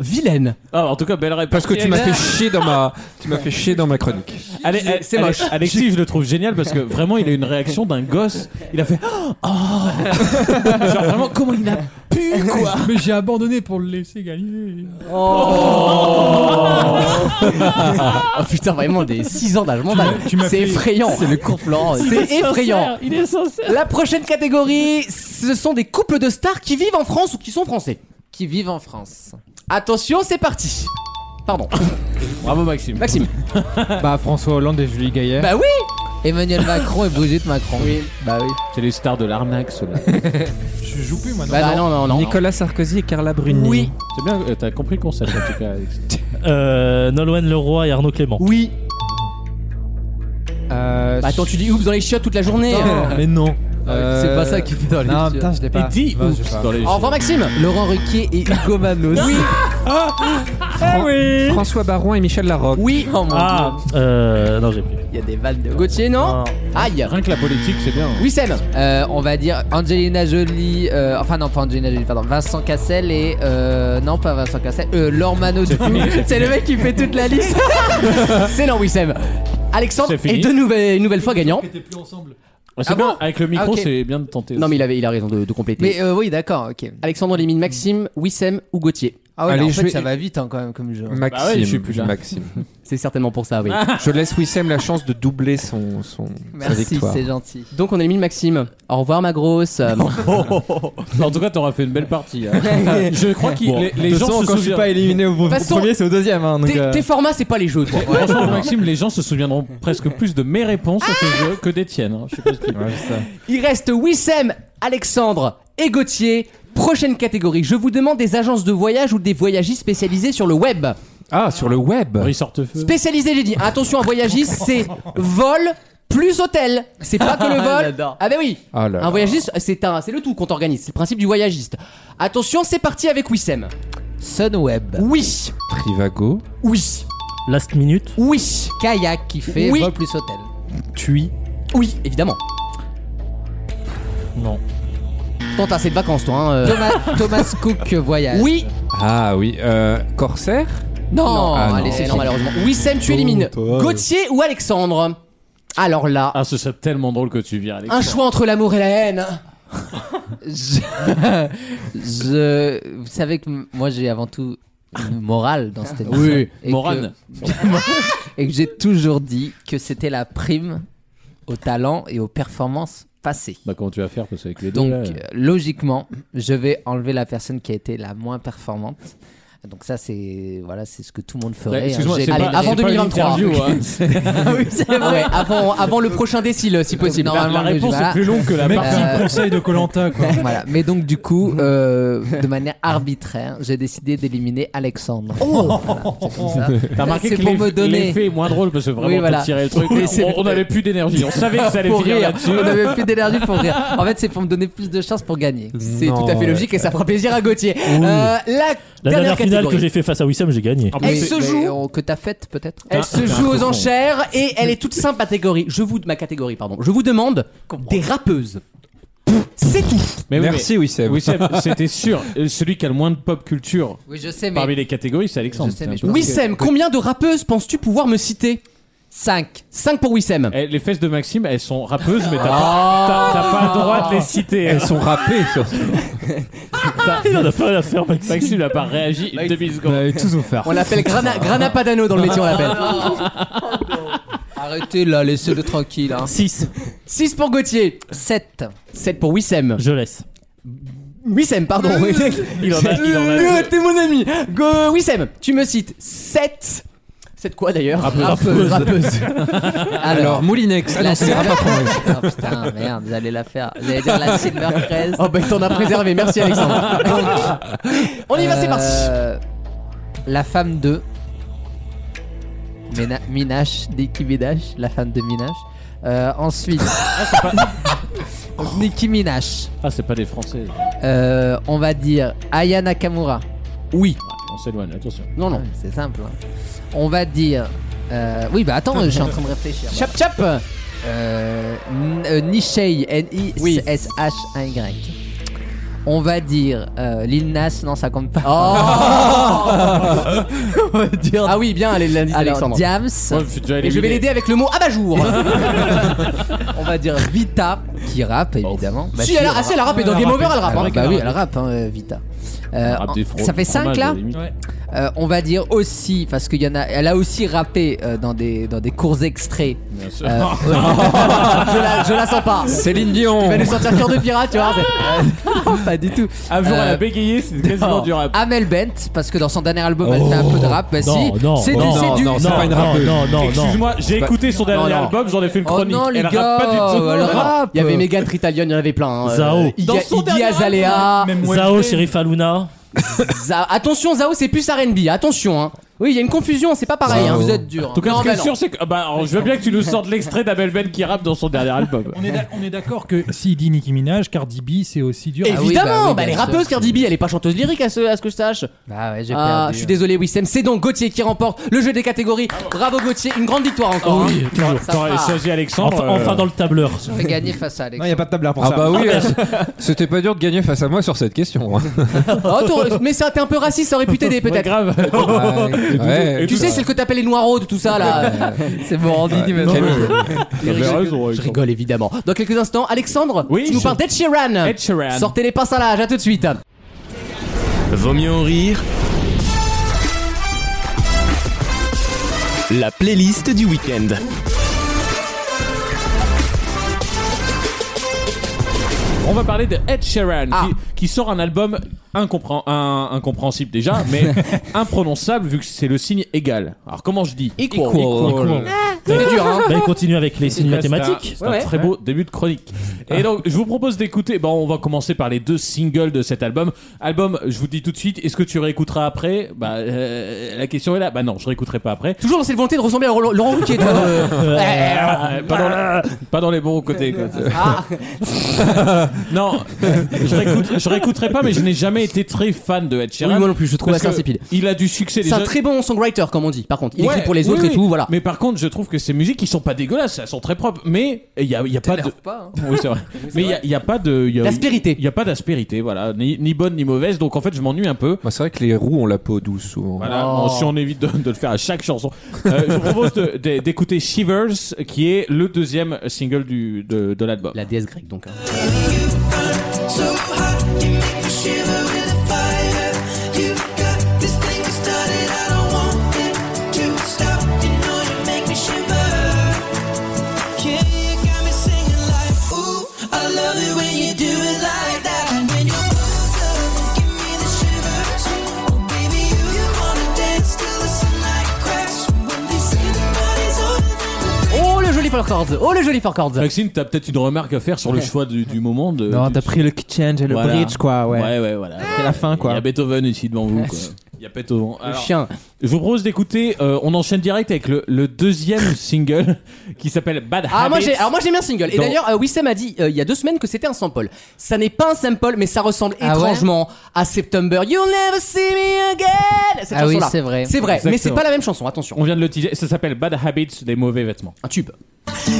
Vilaine Ah, en tout cas, belle réponse. Parce que tu m'as fait chier dans ma, tu m'as fait chier dans ma chronique. Allez, allez, c'est allez, moche. Alexis, je le trouve génial parce que vraiment, il a une réaction d'un gosse. Il a fait Oh Genre vraiment, comment il a. Mais j'ai abandonné pour le laisser gagner. Oh putain, vraiment, des 6 ans d'âge mental. Tu m'as C'est fait- effrayant. C'est le plan. C'est effrayant. Il est sincère. La prochaine catégorie, ce sont des couples de stars qui vivent en France ou qui sont français. Qui vivent en France. Attention, c'est parti. Pardon. Bravo, Maxime. Maxime. Bah, François Hollande et Julie Gaillet. Bah oui Emmanuel Macron et Brigitte Macron. Oui. Bah oui. C'est les stars de l'arnaque, ceux-là. Je, je joue plus maintenant. Bah non, non, non. Nicolas Sarkozy et Carla Bruni. Oui, C'est bien, euh, t'as compris le concept en tout cas, Alexis. Euh, Nolwenn Leroy et Arnaud Clément. oui. Euh, Bah, attends, tu dis oups dans les chiottes toute la journée. Non, mais non. Euh, c'est pas ça qu'il fait dans les Non, chiottes. putain, je l'ai pas. Et dit Non, je sais oups pas. dans les. Au revoir Maxime. Laurent Ruquier et Hugo Manos. Oui, Fran- François Baron et Michel Larocque. Oui. Oh mon Ah, euh, non, j'ai plus. il y a des vannes de dieu. Gauthier, non Aïe. Rien que la politique, c'est bien. Oui, Sam. Euh, on va dire Angelina Jolie, euh, enfin non pas Angelina Jolie, pardon, Vincent Cassel et euh, non pas Vincent Cassel, euh, Laure Mano du coup. C'est le mec qui fait toute la liste. C'est non, oui, Sam. Alexandre C'est est, fini. de nouvelle, une nouvelle fois gagnant. T'étais plus ensemble. Ouais, c'est Ah bien, bon avec le micro, Ah, ok. c'est bien de tenter. Non, aussi. mais il, avait, il a raison de, de compléter. Mais euh, oui d'accord, ok. Alexandre élimine Maxime, Wissem ou Gauthier. Ah ouais, Allez, mais en je fait vais- ça va vite hein, quand même comme jeu. Maxime, Bah ouais, je suis plus là. Maxime. C'est certainement pour ça, oui. Je laisse Wissem la chance de doubler son, son sa Merci, victoire. c'est gentil. Donc on élimine Maxime. Au revoir ma grosse. Oh Euh, bon. En tout cas, t'auras fait une belle partie. hein. je crois que les, les de toute gens façon, se quand je suis souviennent. pas éliminé au, au façon, premier, c'est au deuxième. Hein, donc, Tes euh, tes formats c'est pas les jeux toi. Franchement, Maxime, les gens se souviendront presque plus de mes réponses à ce jeu que des tiennes. hein. Je sais pas ce qu'il ouais, c'est ça. Il reste Wissem, Alexandre et Gauthier. Prochaine catégorie, je vous demande des agences de voyage ou des voyagistes spécialisés sur le web. Ah, sur le web Henri Sortefeu. Spécialisé, j'ai dit. Attention, un voyagiste, c'est vol plus hôtel. C'est pas que le vol. Ah ben oui. Ah là Un là. voyagiste, c'est un, c'est le tout qu'on t'organise. C'est le principe du voyagiste. Attention, c'est parti avec Wissem. Sunweb, Oui, Trivago. oui, Last minute, oui, kayak qui fait Oui. vol plus hôtel. Tui. oui, évidemment. Non. Pourtant, t'as assez de vacances, toi. hein, euh. Thomas, Thomas Cook voyage. Oui, Ah oui, euh, Corsair non, ah non. allez, c'est Eh non, malheureusement. Wissem, tu élimines Gauthier ou Alexandre. Alors là, Ah, ce serait tellement drôle que tu viens, Alex. un choix entre l'amour et la haine. Je... je- Vous savez que m- moi j'ai avant tout une morale dans cette émission. Oui, Et que- Morane. et que j'ai toujours dit que c'était la prime au talent et aux performances passées. Bah, comment tu vas faire Parce qu'avec les deux. Donc là, euh, logiquement, je vais enlever la personne qui a été la moins performante. Donc ça c'est voilà, c'est ce que tout le monde ferait. Excuse-moi, hein. c'est J'ai- Allez, pas- avant c'est pas une 2023. interview, hein. Ah oui, c'est vrai. Ouais, avant, avant le prochain décil, si possible. Non, La- Normalement, La réponse voilà. est plus longue que la Mec, partie. petit conseil de Colanta quoi. Voilà. Mais donc du coup, euh, de manière arbitraire, j'ai décidé d'éliminer Alexandre. Voilà, c'est comme ça. T'as remarqué c'est que pour l'eff- me donner. l'effet est moins drôle parce que vraiment, Oui, on voilà. t'as tiré le truc. Mais c'est- On on avait plus d'énergie. hein. On savait que ça allait pour finir rire. là-dessus. On avait plus d'énergie pour rire. En fait, c'est pour me donner plus de chances pour gagner. C'est tout à fait logique et ça fera plaisir à Gauthier. Euh, la La dernière, dernière, finale catégorie. que j'ai fait face à Wissam, j'ai gagné. Ah, mais Elle c'est- se joue, Mais, euh, que t'as faite peut-être elle se joue aux enchères et elle est toute simple catégorie. Je vous ma catégorie pardon. Je vous demande des rappeuses. C'est tout. Mais oui, Merci Wissem. mais- Oui, Seb, c'était sûr. Euh, Celui qui a le moins de pop culture Oui, je sais, parmi mais les catégories, c'est Alexandre. Je sais, C'est un mais peu- je- Wissem, combien de rappeuses penses-tu pouvoir me citer 5. 5 pour Wissem. Eh, Les fesses de Maxime, elles sont rappeuses, mais t'as pas, t'as- t'as pas le droit de les citer. Elles sont rappées sur bah. Il en a pas rien à faire, Maxime. Maxime n'a pas réagi une Vous demi-seconde. avez tous ben. offert. On l'appelle Grana, Grana Padano dans le métier on l'appelle. Arrêtez là, laissez-le tranquille. 6. 6 pour Gauthier, 7. 7 pour Wissem. Je laisse. Wissem pardon. Il en a. Il en Euh, a. T'es mon ami. Go Wissem, tu me cites 7 7 quoi d'ailleurs Rappeuse. Alors, Moulinex. Ah, non, la c'est silver... Rabat Français. oh, putain, merde, j'allais la faire. J'allais dire la Silver Crest. Oh bah il t'en a préservé, merci Alexandre. On y va, c'est parti. Euh, La femme de Mena- Minache, Nicki Minaj, la femme de Minaj. Euh, ensuite, Ah, Donc, Nicki Minaj. Ah, c'est pas des Français. Euh, on va dire Aya Nakamura. Oui. On s'éloigne, attention. Non Ouais, non. C'est simple. hein. On va dire. euh, oui, bah attends, je suis en train de réfléchir. Chap chap. Euh, N- euh, Nishei, Oui. N-I-S-H-A-Y. On va dire euh, Lil Nas, non, ça compte pas. on va dire. Oh. Ah oui, bien allez lundi Alors, Alexandre. Diams. Moi, je suis déjà Et je vais éliminé. l'aider avec le mot abat-jour. On va dire Vita, qui rappe évidemment. Oh. si elle a, ah, si, Ah elle a rappé dans Game Over, elle rappe. Alors, hein. bah oui, elle rappe, hein, euh, Vita. Euh, Rap des fro- ça fait 5 fromages, à là la limite. Ouais. euh, on va dire aussi, parce qu'il y en a, elle a aussi rappé euh, dans des dans des courts extraits. Euh, je, la, je la sens pas. Céline Dion. Il va nous sortir cœur de pirate, tu vois. c'est- Non, pas du tout. Un jour, Euh, elle a bégayé, c'est quasiment du rap. Amel Bent, parce que dans son dernier album, elle fait un peu de rap. Eh, Bah, Oh, si, Non, non, c'est du, non, c'est du- non, c'est pas une rappeuse. Non, non, non. Excuse-moi, j'ai écouté son dernier non. album, j'en ai fait une Oh chronique. non, les Oh elle gars, rappe pas du tout. elle rappe. Il y avait Megan Tritalion, il y en avait plein. hein. Zao. Euh, Dans son Iggy dernier Azalea. Même Webster. Zao, Sheriff Aluna. Za- Attention, Zao, c'est plus RB. Attention, hein. Oui, il y a une confusion, c'est pas pareil. hein. vous êtes dur. En tout cas, Non, ce qui bah est non. sûr, c'est que. ah Bah, alors, je veux bien que tu nous sortes l'extrait d'Abel Ben qui rappe dans son dernier album. On est d'ac- on est d'accord que s'il dit Nicki Minaj, Cardi B, c'est aussi dur. Eh Et- Ah oui, Évidemment, bah oui, bah, bien les sûr. rappeuses Cardi B, elle est pas chanteuse lyrique à ce, à ce que je sache. Ah ouais, j'ai Ah, perdu. je suis désolé, Wissem. C'est donc Gauthier qui remporte le jeu des catégories. Bravo, Gauthier, une grande victoire encore. hein. toujours. Ça Quand il part. s'agit Alexandre. Enfin, euh, enfin dans le tableur. Je vais gagner face à Alex. Non, il a pas de tableur pour Ah ça. bah oui, euh, c'était pas dur de gagner face à moi sur cette question. hein. Oh, t'aurais- mais ça, t'es un peu raciste, ça aurait pu t'aider peut-être. grave. Ouais. Tu sais, c'est le que t'appelles les noireaux de tout ça là. C'est Morandini Ouais, maintenant. quel- Il raison. Je rigole évidemment. Dans quelques instants, Alexandre, Oui, tu nous je- parles d'Ed Sheeran. Ed Sheeran. Sortez les pinces à linge, à tout de suite. Vaut mieux en rire. La playlist du week-end. On va parler de Ed Sheeran Ah. qui, qui sort un album incompren- un- incompréhensible déjà, mais imprononçable vu que c'est le signe égal. Alors comment je dis Equal. C'est dur, hein. Bah, il continue avec les signes Ouais, c'est mathématiques. un- C'est un, très beau début de chronique. Ah. Et donc, je vous propose d'écouter. Bon, on va commencer par les deux singles de cet album. Album, je vous dis tout de suite. Est-ce que tu réécouteras après Bah, euh, la question est là. Bah non, je réécouterai pas après. Toujours dans cette volonté de ressembler à Laurent Laurent Ruquier. toi, de- bah. Euh, pas, dans le- pas dans les bons côtés. quoi. Ah. non, je, réécoute- je réécouterai pas, mais je n'ai jamais été très fan de Ed Sheeran. Oui, moi non plus, je trouve Parce assez que insipide. Il a du succès C'est un déjà. très bon songwriter, comme on dit, par contre. Il Ouais, écrit pour les oui, autres et oui. tout, voilà. Mais par contre, je trouve que ces musiques, ils sont pas dégueulasses, elles sont très propres. Mais il y a, il y a pas de. Oui, c'est vrai. mais il y a- il y, a pas de. il y a- L'aspérité. Il y a pas d'aspérité, voilà, ni, ni bonne ni mauvaise. Donc en fait, je m'ennuie un peu. Bah, c'est vrai que les roues ont la peau douce souvent. Voilà, bon, si on évite de, de le faire à chaque chanson. Euh, je vous propose de- de- d'écouter Shivers, qui est le deuxième single du, de, de l'album. La déesse grecque, donc. hein. Oh, Oh, le joli four chords. Oh, le joli four chords. Maxime, t'as peut-être une remarque à faire sur le choix du, du moment de. Non, du- t'as pris le change et le Voilà. bridge, quoi, ah ouais. Ouais, ouais, voilà. C'est la fin, Il y quoi. a Beethoven ici devant vous. quoi. Il y a Beethoven. Le Alors, chien. Je vous propose d'écouter, euh, on enchaîne direct avec le, le deuxième single qui s'appelle Bad Habits. Ah, moi j'ai, alors moi j'aime bien single. Et Dans- d'ailleurs, euh, Wissem a dit euh, il y a deux semaines que c'était un sample. Ça n'est pas un sample, mais ça ressemble Ah ouais étrangement à September. You'll never see me again. Cette Ah oui, chanson-là. c'est vrai. C'est vrai, mais c'est Exactement. pas la même chanson. Attention, On vient de le teaser, ça s'appelle Bad Habits, des mauvais vêtements. un tube.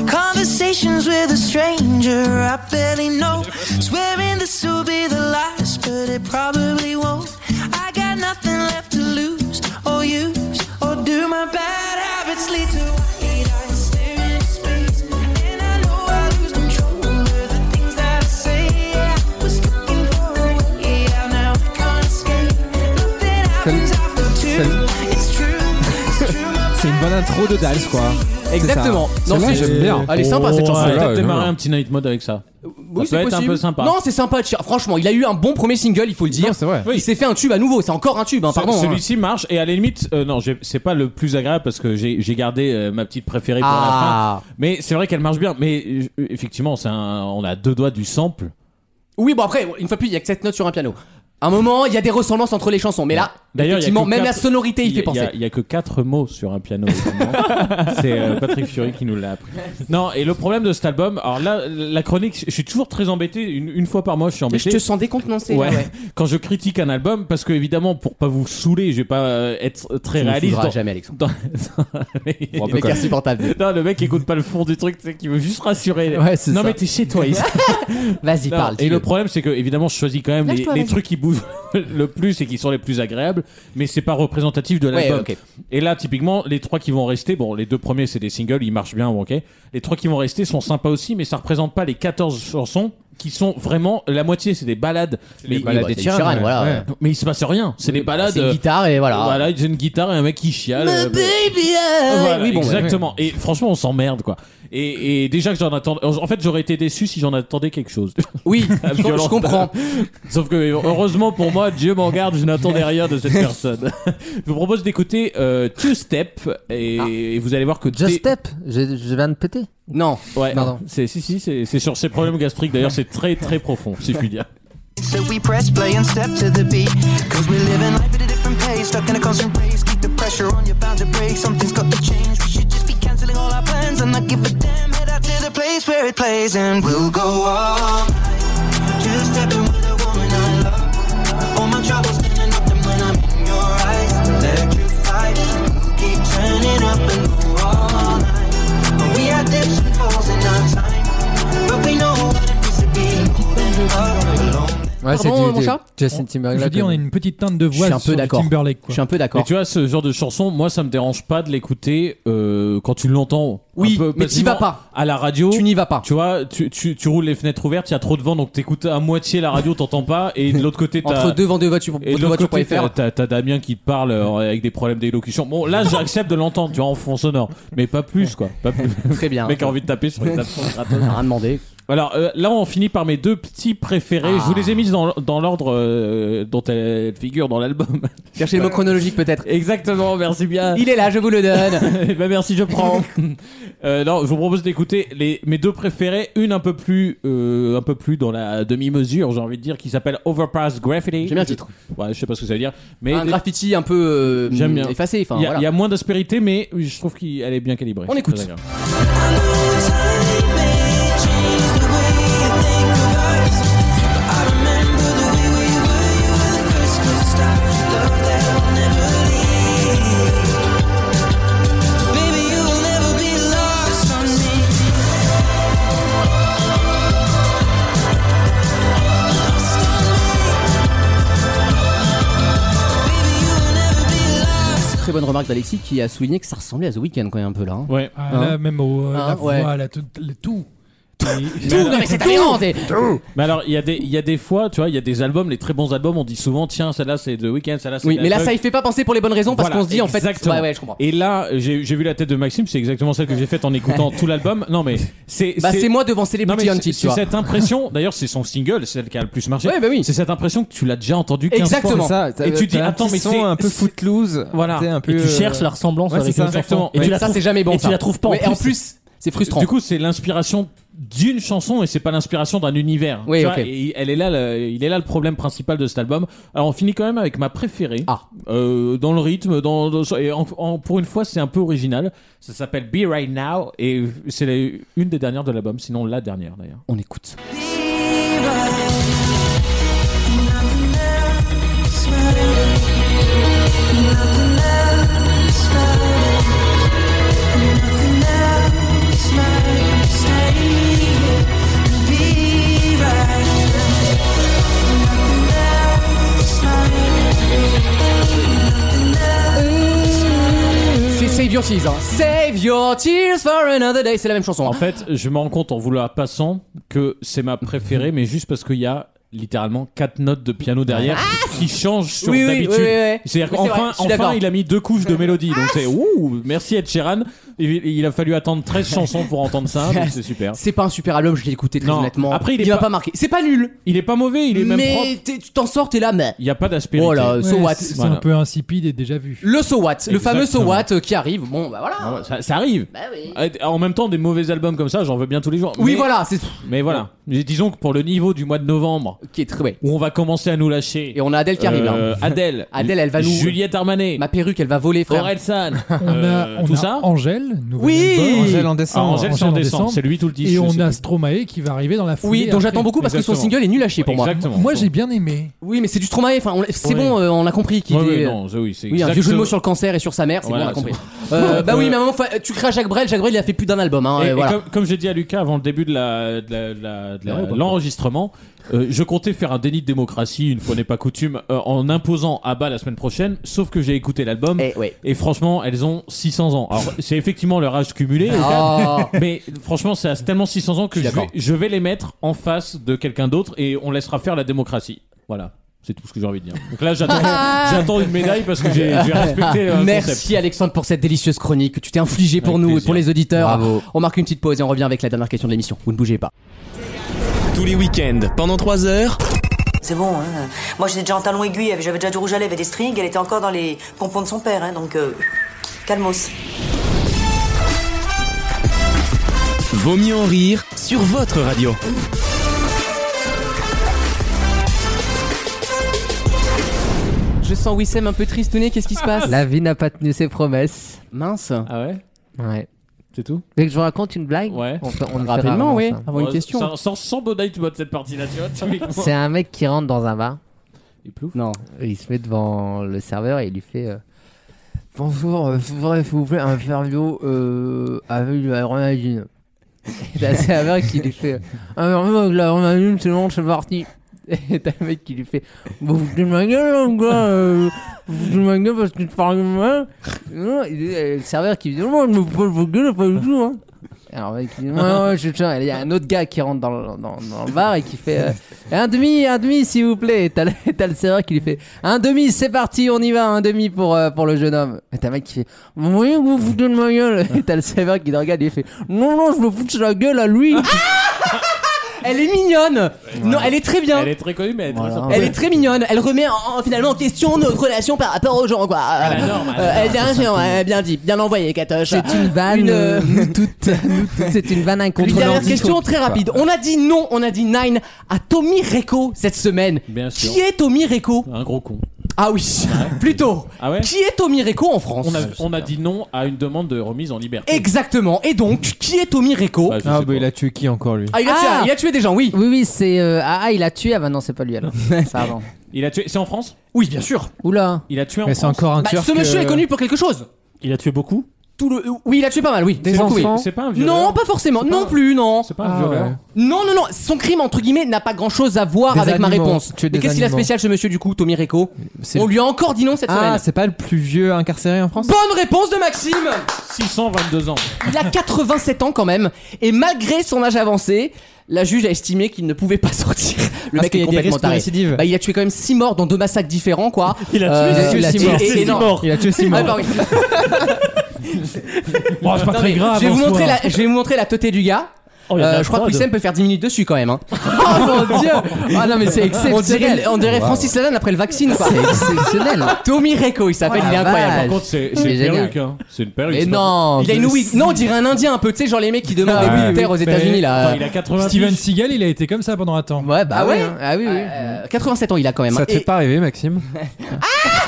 Conversations with a stranger I barely know. Swearing this will be the last, but it probably won't. I got nothing left to lose or use or do. My bad habits lead to white eyes staring at space, and I know I lose control over the things that I say. I was looking for a way out, now I can't escape. Nothing happens after two. It's true. It's true. my C'est une bonne intro de Dals, quoi. Exactement. Non, Celle-là, c'est- j'aime bien. Elle est sympa cette chanson. ouais. Peut-être ouais, démarrer ouais. un petit night mode avec ça. Oui, Ça peut c'est être un possible. peu sympa. Non, c'est sympa. Ch- Franchement, il a eu un bon premier single, il faut le dire. Non, c'est vrai. Il s'est fait un tube à nouveau. C'est encore un tube, hein, pardon. Ce- hein. Celui-ci marche et à la limite, euh, non, j'ai- c'est pas le plus agréable parce que j'ai j'ai gardé euh, ma petite préférée pour Ah. la fin. Mais c'est vrai qu'elle marche bien. Mais euh, effectivement, c'est un- on a deux doigts du sample. Oui, bon après, une fois de plus, il y a que cette note sur un piano. À un moment, il y a des ressemblances entre les chansons, mais là, D'ailleurs, il y a effectivement, que même quatre- la sonorité, il fait y a- penser. Il y, a que quatre mots sur un piano. vraiment. c'est euh, Patrick Fury qui nous l'a appris. Non, et le problème de cet album, alors là, la chronique, je suis toujours très embêté. Une, une fois par mois, je suis Mais Je embêté. te sens décontenancé. Ouais. là, ouais. Quand je critique un album, parce que évidemment, pour pas vous saouler, je vais pas euh, être très Tu ne réaliste. fouleras dans- jamais, Alexandre. dans- Bon, un peu Mais- insupportable. Non, le mec écoute pas le fond du truc, tu sais, qui veut juste rassurer. Ouais, c'est non, ça. mais t'es chez toi ici. Vas-y, Non, parle. et dis-le. le problème, c'est que évidemment, je choisis quand même les, Lâche-toi, les vas-y. trucs qui bougent le plus et qui sont les plus agréables, mais c'est pas représentatif de Ouais, l'album. ok. Et là, typiquement, les trois qui vont rester, bon, les deux premiers, c'est des singles, ils marchent bien, bon, ok. Les trois qui vont rester sont sympas aussi, mais ça représente pas les 14 chansons qui sont vraiment la moitié c'est des balades mais les balades oui, bah, des c'est Sheeran, Sheeran, voilà, ouais. mais il se passe rien c'est des balades c'est une euh, guitare et voilà. voilà j'ai une guitare et un mec qui chiale My euh, baby, I- voilà, Oui, bon, exactement et franchement on s'emmerde quoi et, et déjà que j'en attendais en fait j'aurais été déçu si j'en attendais quelque chose oui je comprends. sauf que heureusement pour moi Dieu m'en garde je n'attendais rien de cette personne je vous propose d'écouter euh, Two Step et, Ah. et vous allez voir que Just dès- Step, je, je viens de péter. Non. Ouais, Pardon. c'est si si c'est c'est sur ces problèmes gastriques d'ailleurs c'est très très profond si je puis dire. So we press play and step to the beat. Cause we're living life at a different pace. Stuck in a constant race. Keep the pressure on, you're bound to break. Something's got to change. We should just be canceling all our plans and not give a damn. Head out to the place where it plays and we'll go on. Just stepping with a woman I love. All my troubles standing up them when I'm in your eyes. Electrified. We'll keep turning up and go all night. We had dips and falls in our time. But we know what it means to be more than love alone. Ouais, c'est Pardon, du, Ah mon du chat Justin Timberlake. Je dis, on a une petite teinte de Je voix suis un sur peu d'accord. Timberlake. Je suis un peu Mais d'accord. tu vois ce genre de chanson, moi ça me dérange pas de l'écouter euh, quand tu l'entends. Oui, un peu mais t'y passivement vas pas. À la radio, Tu n'y vas pas. tu vois, tu, tu, tu roules les fenêtres ouvertes, il y a trop de vent donc t'écoutes à moitié la radio, t'entends pas et de l'autre côté t'as Entre deux ventes de voitures, et de l'autre côté voitures.fr. t'as- t'as t'as Damien qui te parle euh, avec des problèmes d'élocution. Bon là j'accepte de l'entendre, tu vois en fond sonore, mais pas plus quoi, pas plus. Très bien. Le mec a envie de taper sur les absents gratos. On a rien demandé. Alors euh, là, on finit par mes deux petits préférés. Ah. Je vous les ai mises dans, dans l'ordre euh, dont elles figurent dans l'album. Cherchez le mot chronologique peut-être. Exactement, merci bien. Il est là, je vous le donne. Eh ben, merci, je prends. Euh, non, je vous propose d'écouter les, mes deux préférés, une un peu plus, euh, un peu plus dans la demi-mesure, j'ai envie de dire, qui s'appelle Overpass Graffiti. J'aime bien le titre. Ouais, je sais pas ce que ça veut dire, mais Un graffiti un peu euh, J'aime bien. effacé. Enfin, il y, a- voilà. il y a moins d'aspérité, mais je trouve qu'elle est bien calibrée. On C'est écoute. très agréable. Très bonne remarque d'Alexis qui a souligné que ça ressemblait à The Weeknd quand même un peu là. hein. Ouais. Ah, Hein là, même au, euh, Hein, la voix, ouais. la- tout. le tout. Tout, non mais c'est aberrant, c'est- Mais alors, il y, a des- il y a des fois, tu vois, il y a des albums, les très bons albums, on dit souvent, tiens, celle-là c'est The Weeknd, celle-là c'est. Oui, Daft mais là Punk. ça y fait pas penser pour les bonnes raisons parce Voilà, qu'on se dit en fait. exactement. Ouais, ouais, je comprends. Et là, j'ai j'ai vu la tête de Maxime, c'est exactement celle que j'ai faite en écoutant tout l'album. Non, mais c'est. Bah c'est moi devant Non, mais Celebrity c'est- Hunted, tu c'est vois. cette impression, d'ailleurs c'est son single, c'est celle qui a le plus marché. Ouais, bah oui. C'est cette impression que tu l'as déjà entendu 15 Exactement. fois. Ça, ça- Et tu dis, t'as un attends, petit mais son c'est- un peu c'est- footloose. Voilà. tu sais, un Et peu, tu euh, cherches la ressemblance ouais, avec c'est une ça. chanson. Et Ouais, tu la ça trouves- c'est jamais bon. et tu ça. la trouves pas en Ouais, plus. en plus, c'est frustrant. Du coup, c'est l'inspiration d'une chanson et c'est pas l'inspiration d'un univers. Oui, Tu ok. vois, et elle est là, le- il est là le problème principal de cet album. Alors on finit quand même avec ma préférée. Ah. Euh, dans le rythme, dans, dans- et en- en- pour une fois c'est un peu original. Ça s'appelle Be Right Now et c'est la- une des dernières de l'album, sinon la dernière d'ailleurs. On écoute. C'est Save Your Tears. hein. Save Your Tears for another day. C'est la même chanson. hein. En fait, je me rends compte en vous la passant que c'est ma préférée, mais juste parce qu'il y a littéralement quatre notes de piano derrière qui changent sur Ah Oui, oui, d'habitude. oui, oui, oui. C'est-à-dire Oui, c'est vrai, qu'enfin, je suis d'accord. Ah. enfin, il a mis deux couches de mélodie. Donc c'est ouh, merci Ed Sheeran. Il, il a fallu attendre 13 chansons pour entendre ça, donc c'est super. C'est pas un super album, je l'ai écouté très Ah. Non. honnêtement. Après, il est m'a pas- pas marqué. C'est pas nul, Il est pas mauvais, il est même propre. mais t'es- tu t'en sors, t'es là, mais. Il n'y a pas d'aspérité. Oh là, so Ouais, what C'est c'est Voilà. un peu insipide et déjà vu. Le so what, le fameux so Exactement. what euh, qui arrive. Bon, bah Ah voilà. ouais, Ça, ça arrive. Bah oui. Euh, En même temps, des mauvais albums comme ça, j'en veux bien tous les jours. Oui, Mais- voilà, c'est Mais voilà. Disons que pour le niveau du mois de novembre, qui est très ouais. où on va commencer à nous lâcher. Et on a Adèle qui arrive Euh, là. Adèle. Adèle, elle va nous- Juliette Armanet. Ma perruque, elle va voler, frère. Orelsan. On Euh, a, on tout a ça. Angèle, nouvel Oui. album. Angèle en Ah, décembre. Angèle, c'est en Angèle en décembre. décembre. C'est lui tout le 10. Et je on sais a plus. Stromae qui va arriver dans la foulée. Oui, dont après. j'attends beaucoup parce que son Exactement. single est nul à chier pour moi. Exactement. Moi j'ai bien aimé. Oui, mais c'est du Stromae. Enfin, on- c'est bon, euh, on l'a compris qu'il Ouais, ouais, est. euh, non, je- oui, c'est Oui, un vieux jeu de exactement- mots sur le cancer et sur sa mère, c'est Voilà, bon, on a c'est compris. Euh, bah oui, mais à un moment, faut- tu crées à Jacques Brel. Jacques Brel, il a fait plus d'un album. Hein, Et- euh, et voilà. comme, comme j'ai dit à Lucas avant le début de la- de la- de la- de la- l'enregistrement, euh, je comptais faire un déni de démocratie, une fois n'est pas coutume, euh, en imposant à bas la semaine prochaine, sauf que j'ai écouté l'album. Eh, Et, franchement, elles ont 600 ans. Alors, c'est effectivement leur âge cumulé, Ah. mais franchement, ça a tellement 600 ans que Je suis je vais, d'accord. je vais les mettre en face de quelqu'un d'autre et on laissera faire la démocratie. Voilà. C'est tout ce que j'ai envie de dire. Donc là, j'attends j'attends une médaille parce que j'ai j'ai respecté euh, le concept. Merci Alexandre pour cette délicieuse chronique que tu t'es infligée pour Avec nous et plaisir. pour les auditeurs. On marque une petite pause et on revient avec la dernière question de l'émission. Vous ne bougez pas. Tous les week-ends, pendant 3 heures. C'est bon, hein. Moi, j'étais déjà en talon aiguille, j'avais déjà du rouge à lèvres et des strings, elle était encore dans les pompons de son père, hein, donc euh, calmos. Vaut mieux en rire sur votre radio. Je sens Wissem un peu tristouné, qu'est-ce qui se passe La vie n'a pas tenu ses promesses. Mince. Ah ouais Ouais. C'est tout Dès que je vous raconte une blague Ouais. On, peut- on le fait Rapidement, rarement, oui, ça. avant une Bon, question. Sans, sans, sans Bonnet, tu vois, de cette partie-là, tu vois. typiquement. C'est un mec qui rentre dans un bar. Il plouffe Non. Il se met devant le serveur et il lui fait euh, Bonjour, euh, faudrait vous plaît un verre euh, avec de la grenadine. Et t'as le serveur qui lui fait euh, Un verre avec de la grenadine, c'est bon, c'est parti. Et t'as le mec qui lui fait Vous vous foutez de ma gueule, mon gars euh, Vous vous foutez de ma gueule parce que tu parles comme moi Non, il dit- euh, Le serveur qui lui dit Non, je me fous de votre gueule, pas du tout. Hein. Alors, le mec, il dit, ouais, ouais, je tiens. Et Il y a un autre gars qui rentre dans le, dans, dans le bar et qui fait euh, un demi, un demi, s'il vous plaît. Et t'as le, t'as le serveur qui lui fait un demi, c'est parti, on y va, un demi pour, euh, pour le jeune homme. Et t'as un mec qui fait Vous voyez que vous vous foutez de ma gueule Et t'as le serveur qui le regarde et il fait Non, non, je me fous de la gueule à lui. Elle est mignonne Non, elle est très bien Elle est très connue, mais elle est très sympa. Elle est très mignonne, elle remet en- en- finalement en question notre relation par rapport aux gens, quoi. Euh, la norme, à la euh, elle est bien, Ça, ça ouais, bien dit, bien envoyé, Katoche. C'est une vanne. Une, euh, euh, nous toutes, nous toutes, c'est une vanne Une incontrôlable. dernière question très rapide. On a dit non, on a dit nine à Tommy Reco cette semaine. Bien sûr. Qui est Tommy Reco Un gros con. Ah oui, plutôt. Ah ouais Qui est Tommy Reco en France on a, on a dit non à une demande de remise en liberté. Exactement. Et donc, qui est Tommy Reco Bah, je Ah, sais bah il a tué qui encore lui Ah, il a, tué, il a tué des gens, oui. Oui, oui, c'est. euh, ah, ah, il a tué. Ah, bah non, c'est pas lui alors. Pardon. Il a tué. C'est en France Oui, bien sûr. Oula. Il a tué en Mais c'est France. encore un euh, Bah, tueur. ce que- monsieur est connu pour quelque chose. Il a tué beaucoup Tout le... Oui, il a tué pas mal, oui. Des C'est beaucoup, oui. enfants C'est pas un violeur. Non, pas forcément. Non plus, non. C'est pas un Ah, violeur. ouais. Non, non, non. Son crime, entre guillemets, n'a pas grand chose à voir Des avec ma animaux. réponse. Tuer des Mais qu'est-ce qu'il a animaux. spécial, ce monsieur, du coup, Tommy Reco C'est- On lui a encore dit non cette Ah, semaine. c'est pas le plus vieux incarcéré en France Bonne réponse de Maxime 622 ans. Il a 87 ans quand même, et malgré son âge avancé, la juge a estimé qu'il ne pouvait pas sortir. Le Parce mec qu'il est y a des complètement risques de taré. récidive. Bah, il a tué quand même 6 morts dans deux massacres différents, quoi. Euh, Il a tué- il a tué six et- morts. et- C'est et six non. morts. Il a tué six Ah, bah morts. oui. Bon, c'est pas Non, très mais grave. je, vais en vous montrer soi. la, je vais vous montrer la teuté du gars. Oh, il y a de Euh, la je crois que prod. Wissem peut faire 10 minutes dessus quand même. hein. oh mon dieu Ah non, mais c'est On dirait, on dirait Francis Lalanne après le vaccine, quoi. Ah, C'est exceptionnel. Tommy Reco, il s'appelle, Oh, il est la incroyable. vache. Eh, Par contre, c'est Il c'est est une génial. perruque. Hein. C'est une perruque. Mais c'est non. Il a une wig. Non, on dirait un indien un peu, tu sais, genre les mecs qui demandent des oui, militaires aux oui. États-Unis pas- là. Attends, il a 80 Steven piges. Seagal, il a été comme ça pendant un temps. Ouais, bah Ah ouais hein. Ah oui, oui. Euh, 87 ans, il a quand même. Ça te Et- fait pas rêver, Maxime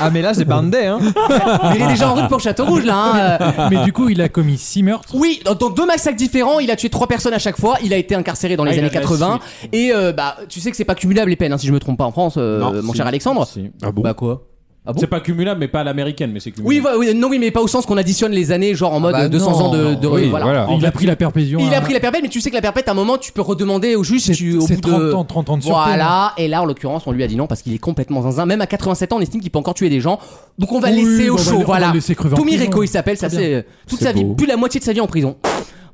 Ah, mais là, c'est Bandé, hein mais il est déjà en route pour Château Rouge là. hein, euh. Mais du coup, il a commis six meurtres. Oui, dans, dans deux massacres différents, il a tué trois personnes à chaque fois. Il a été incarcéré dans les Ah, il années a de la 80. Et euh, bah, tu sais que c'est pas cumulable les peines, hein, si je me trompe pas en France, euh, Non, mon si, cher Alexandre. si. Ah bon Bah quoi Ah bon C'est pas cumulable, mais pas à l'américaine, mais c'est oui, cumulable. voilà, oui, non, oui, mais pas au sens qu'on additionne les années, genre en mode bah 200 ans de, non. de Oui, voilà. voilà. Il a pris la perpétution. Il à- a pris la perpète, mais tu sais que la perpète, à un moment, tu peux redemander au juge si hein. C'est- tu, au c'est bout 30 de... ans, 30 ans de hein. sûreté, Voilà, et là, en l'occurrence, on lui a dit non parce qu'il est complètement zinzin. Même à 87 ans, on estime qu'il peut encore tuer des gens. Donc on va Oui, bah, laisser au on va- chaud, on va voilà. le laisser crever en Tommy prison. Reco, il s'appelle, ça Très c'est euh, toute sa vie, plus la moitié de sa vie en prison.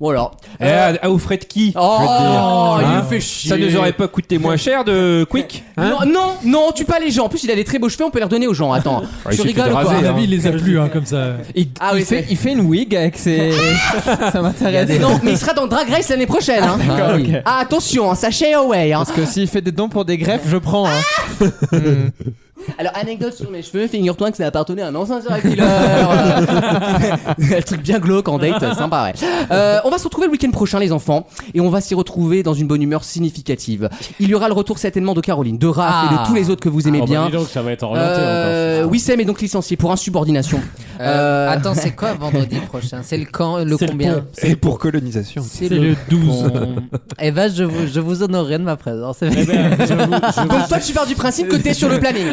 Voilà. Eh, à- à- au frais de qui Oh, je vais te dire. il Hein me fait chier. Ça nous aurait pas coûté moins cher de Quick hein non, non, non, tue pas les gens. En plus, il a des très beaux cheveux, on peut les redonner aux gens. Attends, Ah, il tu suffit de rigoles ou quoi raser, À mon hein. avis, il les a plus, hein, comme ça. il, Ah oui, il fait, c'est- il fait une wig avec ses. ça m'intéresse. Euh, Non, mais il sera dans Drag Race l'année prochaine. Hein. Ah, oui. Ah, attention, hein, sachez away. Hein. Parce que s'il fait des dons pour des greffes, je prends. Hein. Alors, anecdote sur mes cheveux, figure-toi que ça appartenait à un ancien serial killer. Euh, Un truc bien glauque en date, euh, sympa, ouais. Euh, on va se retrouver le week-end prochain, les enfants, et on va s'y retrouver dans une bonne humeur significative. Il y aura le retour certainement de Caroline, de Raph et de tous les autres que vous aimez Oh, bah, Eh bien. dis donc, ça va être orienté Euh, encore. ah, Wissem est donc licencié pour insubordination. Euh, Attends, c'est quoi vendredi prochain C'est le quand Le C'est le combien Et pour colonisation. C'est C'est le 12. Eh Ah, ben, je vous, je vous honorerai de ma présence. Eh ben, j'avoue, je- Donc toi tu pars du principe que t'es sur le planning.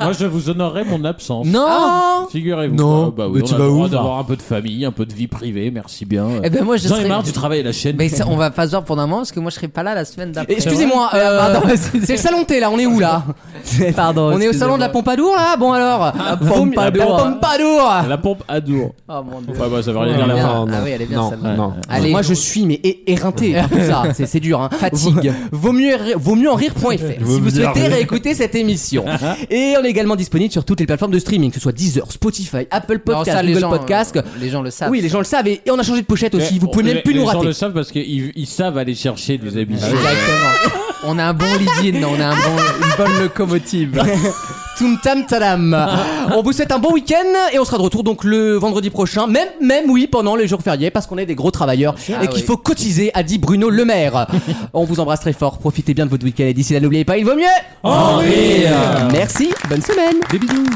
Moi, je vous honorerai mon absence. Non Figurez-vous. Non. Ah, bah oui, Mais tu on a vas le où, droit va d'avoir un peu de famille, un peu de vie privée, merci bien. Eh ben, moi, je J'en ai serais- marre du travail à la chaîne. Mais ça, on va pas se voir pendant un moment parce que moi je serai pas là la semaine d'après. Excusez-moi, Mais, euh, ah, pardon, c'est le salon de thé là, on est où là Pardon. On est au salon de la Pompadour là Bon alors vaut mieux- La Pompadour. Pompadour La pompe à Dour. Oh, Ah mon dieu. Ouais, bah, ça veut rien Ouais, dire la bien. fin. Ah oui, elle est bien, Non, celle-là. non. Allez, Euh, moi je suis mais é- éreinté par tout ça, c'est c'est dur. Hein. Fatigue. Vaut, vaut mieux rire- vaut mieux en rire.fr si Vaut vous mieux souhaitez rire. réécouter cette émission. Et on est également disponible sur toutes les plateformes de streaming, que ce soit Deezer, Spotify, Apple Non, Podcast, ça, les Google gens, Podcast. euh, les gens le savent. Oui, les gens le savent et, et on a changé de pochette aussi. Vous pouvez Eh, Les- même plus nous Les gens rater. Ah, le savent parce qu'ils ils savent aller chercher des habitudes. Exactement. on a un bon lead-in, on a un bon, une bonne locomotive. Toum tam tadam. On vous souhaite un bon week-end et on sera de retour donc le vendredi prochain, même, même oui, pendant les jours fériés, parce qu'on est des gros travailleurs Ah et qu'il oui. faut cotiser, a dit Bruno Le Maire. on vous embrasse très fort, profitez bien de votre week-end et d'ici là, n'oubliez pas, il vaut mieux En rire. Merci, bonne semaine. Des bisous.